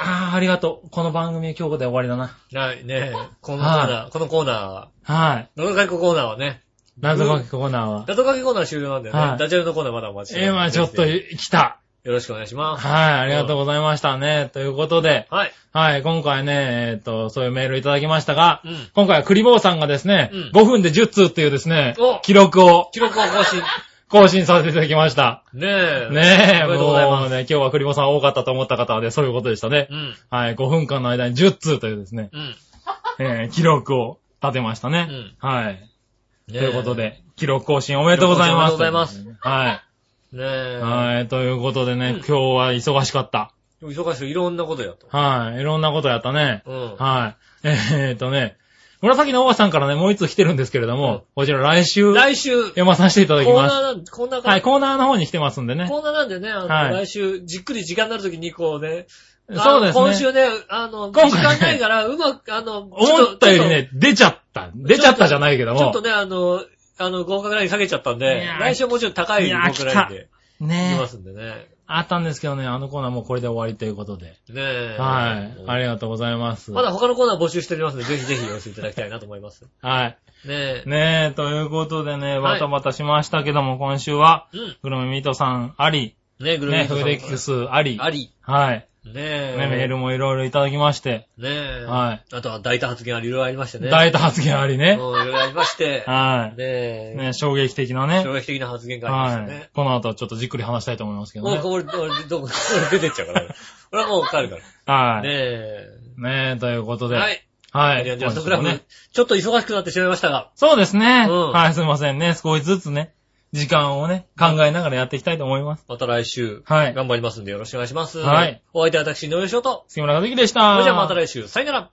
あー、ありがとう。この番組は今日で終わりだな。はい、ねえ、このコーナー、このコーナはい。ー、謎かけコーナーはね、謎かけコーナーは。謎かけコーナー終了なんだよね。はいダジャレのコーナーまだお待ちしてます。今ちょっとよ来た。ろしくお願いします。はい、ありがとうございましたね。ということで、はい。はい、今回ね、えっと、そういうメールいただきましたがう、ん。今回はクリボーさんがですね、うん5分で10通っていうですねお、記録を記録を更新。更新させていただきました。ねえ。ねえ、おめでとうございますもうね、今日はクリボーさん多かったと思った方はね、そういうことでしたねう。ん。はい、5分間の間に10通というですね、うん。えー記録を立てましたね。うんはい。とということ。で、記録更新おめでとうございます。記録更新おめでとうはい。ねえ。はい、ということでうんね、今日は忙しかった。忙しい。いろんなことやと。はい、いろんなことやったね。うん。はい。えーっとね、紫のおばさんからね、もう一通来てるんですけれども、こちら来週、来週、コ読まさせていただきーますナー。なん、こんなはい、感じ。コーナーの方に来てますんでね。コーナーなんでね、あの、はい来週、じっくり時間になるときに、こうね、あそうですね。今週ね、あの、今回ね時間ないから、うまく、あの、思ったよちりね、出ちゃった。出ちゃったじゃないけどょっと、ちょっとも。ね、あの、あの、合格ライン下げちゃったんいでやー、来週はもうちょっと高いいや合ー格ラインで、いきねまえ。すんでね。あったんですけどね、あのコーナーもうこれで終わりということで。ねえ。はい。ありがとうございます。まだ他のコーナー募集しておりますので、ぜひぜひお寄せいただきたいなと思います。はい。ねえ。ねえ、ということでね、はバいタバタしましたけども、今週は、うん。グルメミートさんあり、ねえ、グルメね、フーデックスあり、あり。はい。ねね、え。メールもいろいろいただきまして、ねえ。はいあとは大胆発言あり、いろいろありましてね。大胆発言ありうんいね。ろいろありまして。はねい。え。ね、衝撃的なね衝。撃的な発言がありましたはねい。。この後ちょっとじっくり話したいと思いますけどもうね。俺、俺、どこ、俺出てっちゃうから。俺俺はもう帰るかはら。ねい。え。ねえ、ということで。ははい。い。じゃあ、じゃあ、そこら今週もね。ちょっと忙しくなってしまいましたが。そうですね。うんはい、すいませんね。少しずつね、時間をね、考えながらやっていきたいと思います。また来週。はい頑張りますんでよろしくお願いします。はい。お相手は私、井上翔と。杉村和樹でした。それじゃあまた来週。さよなら。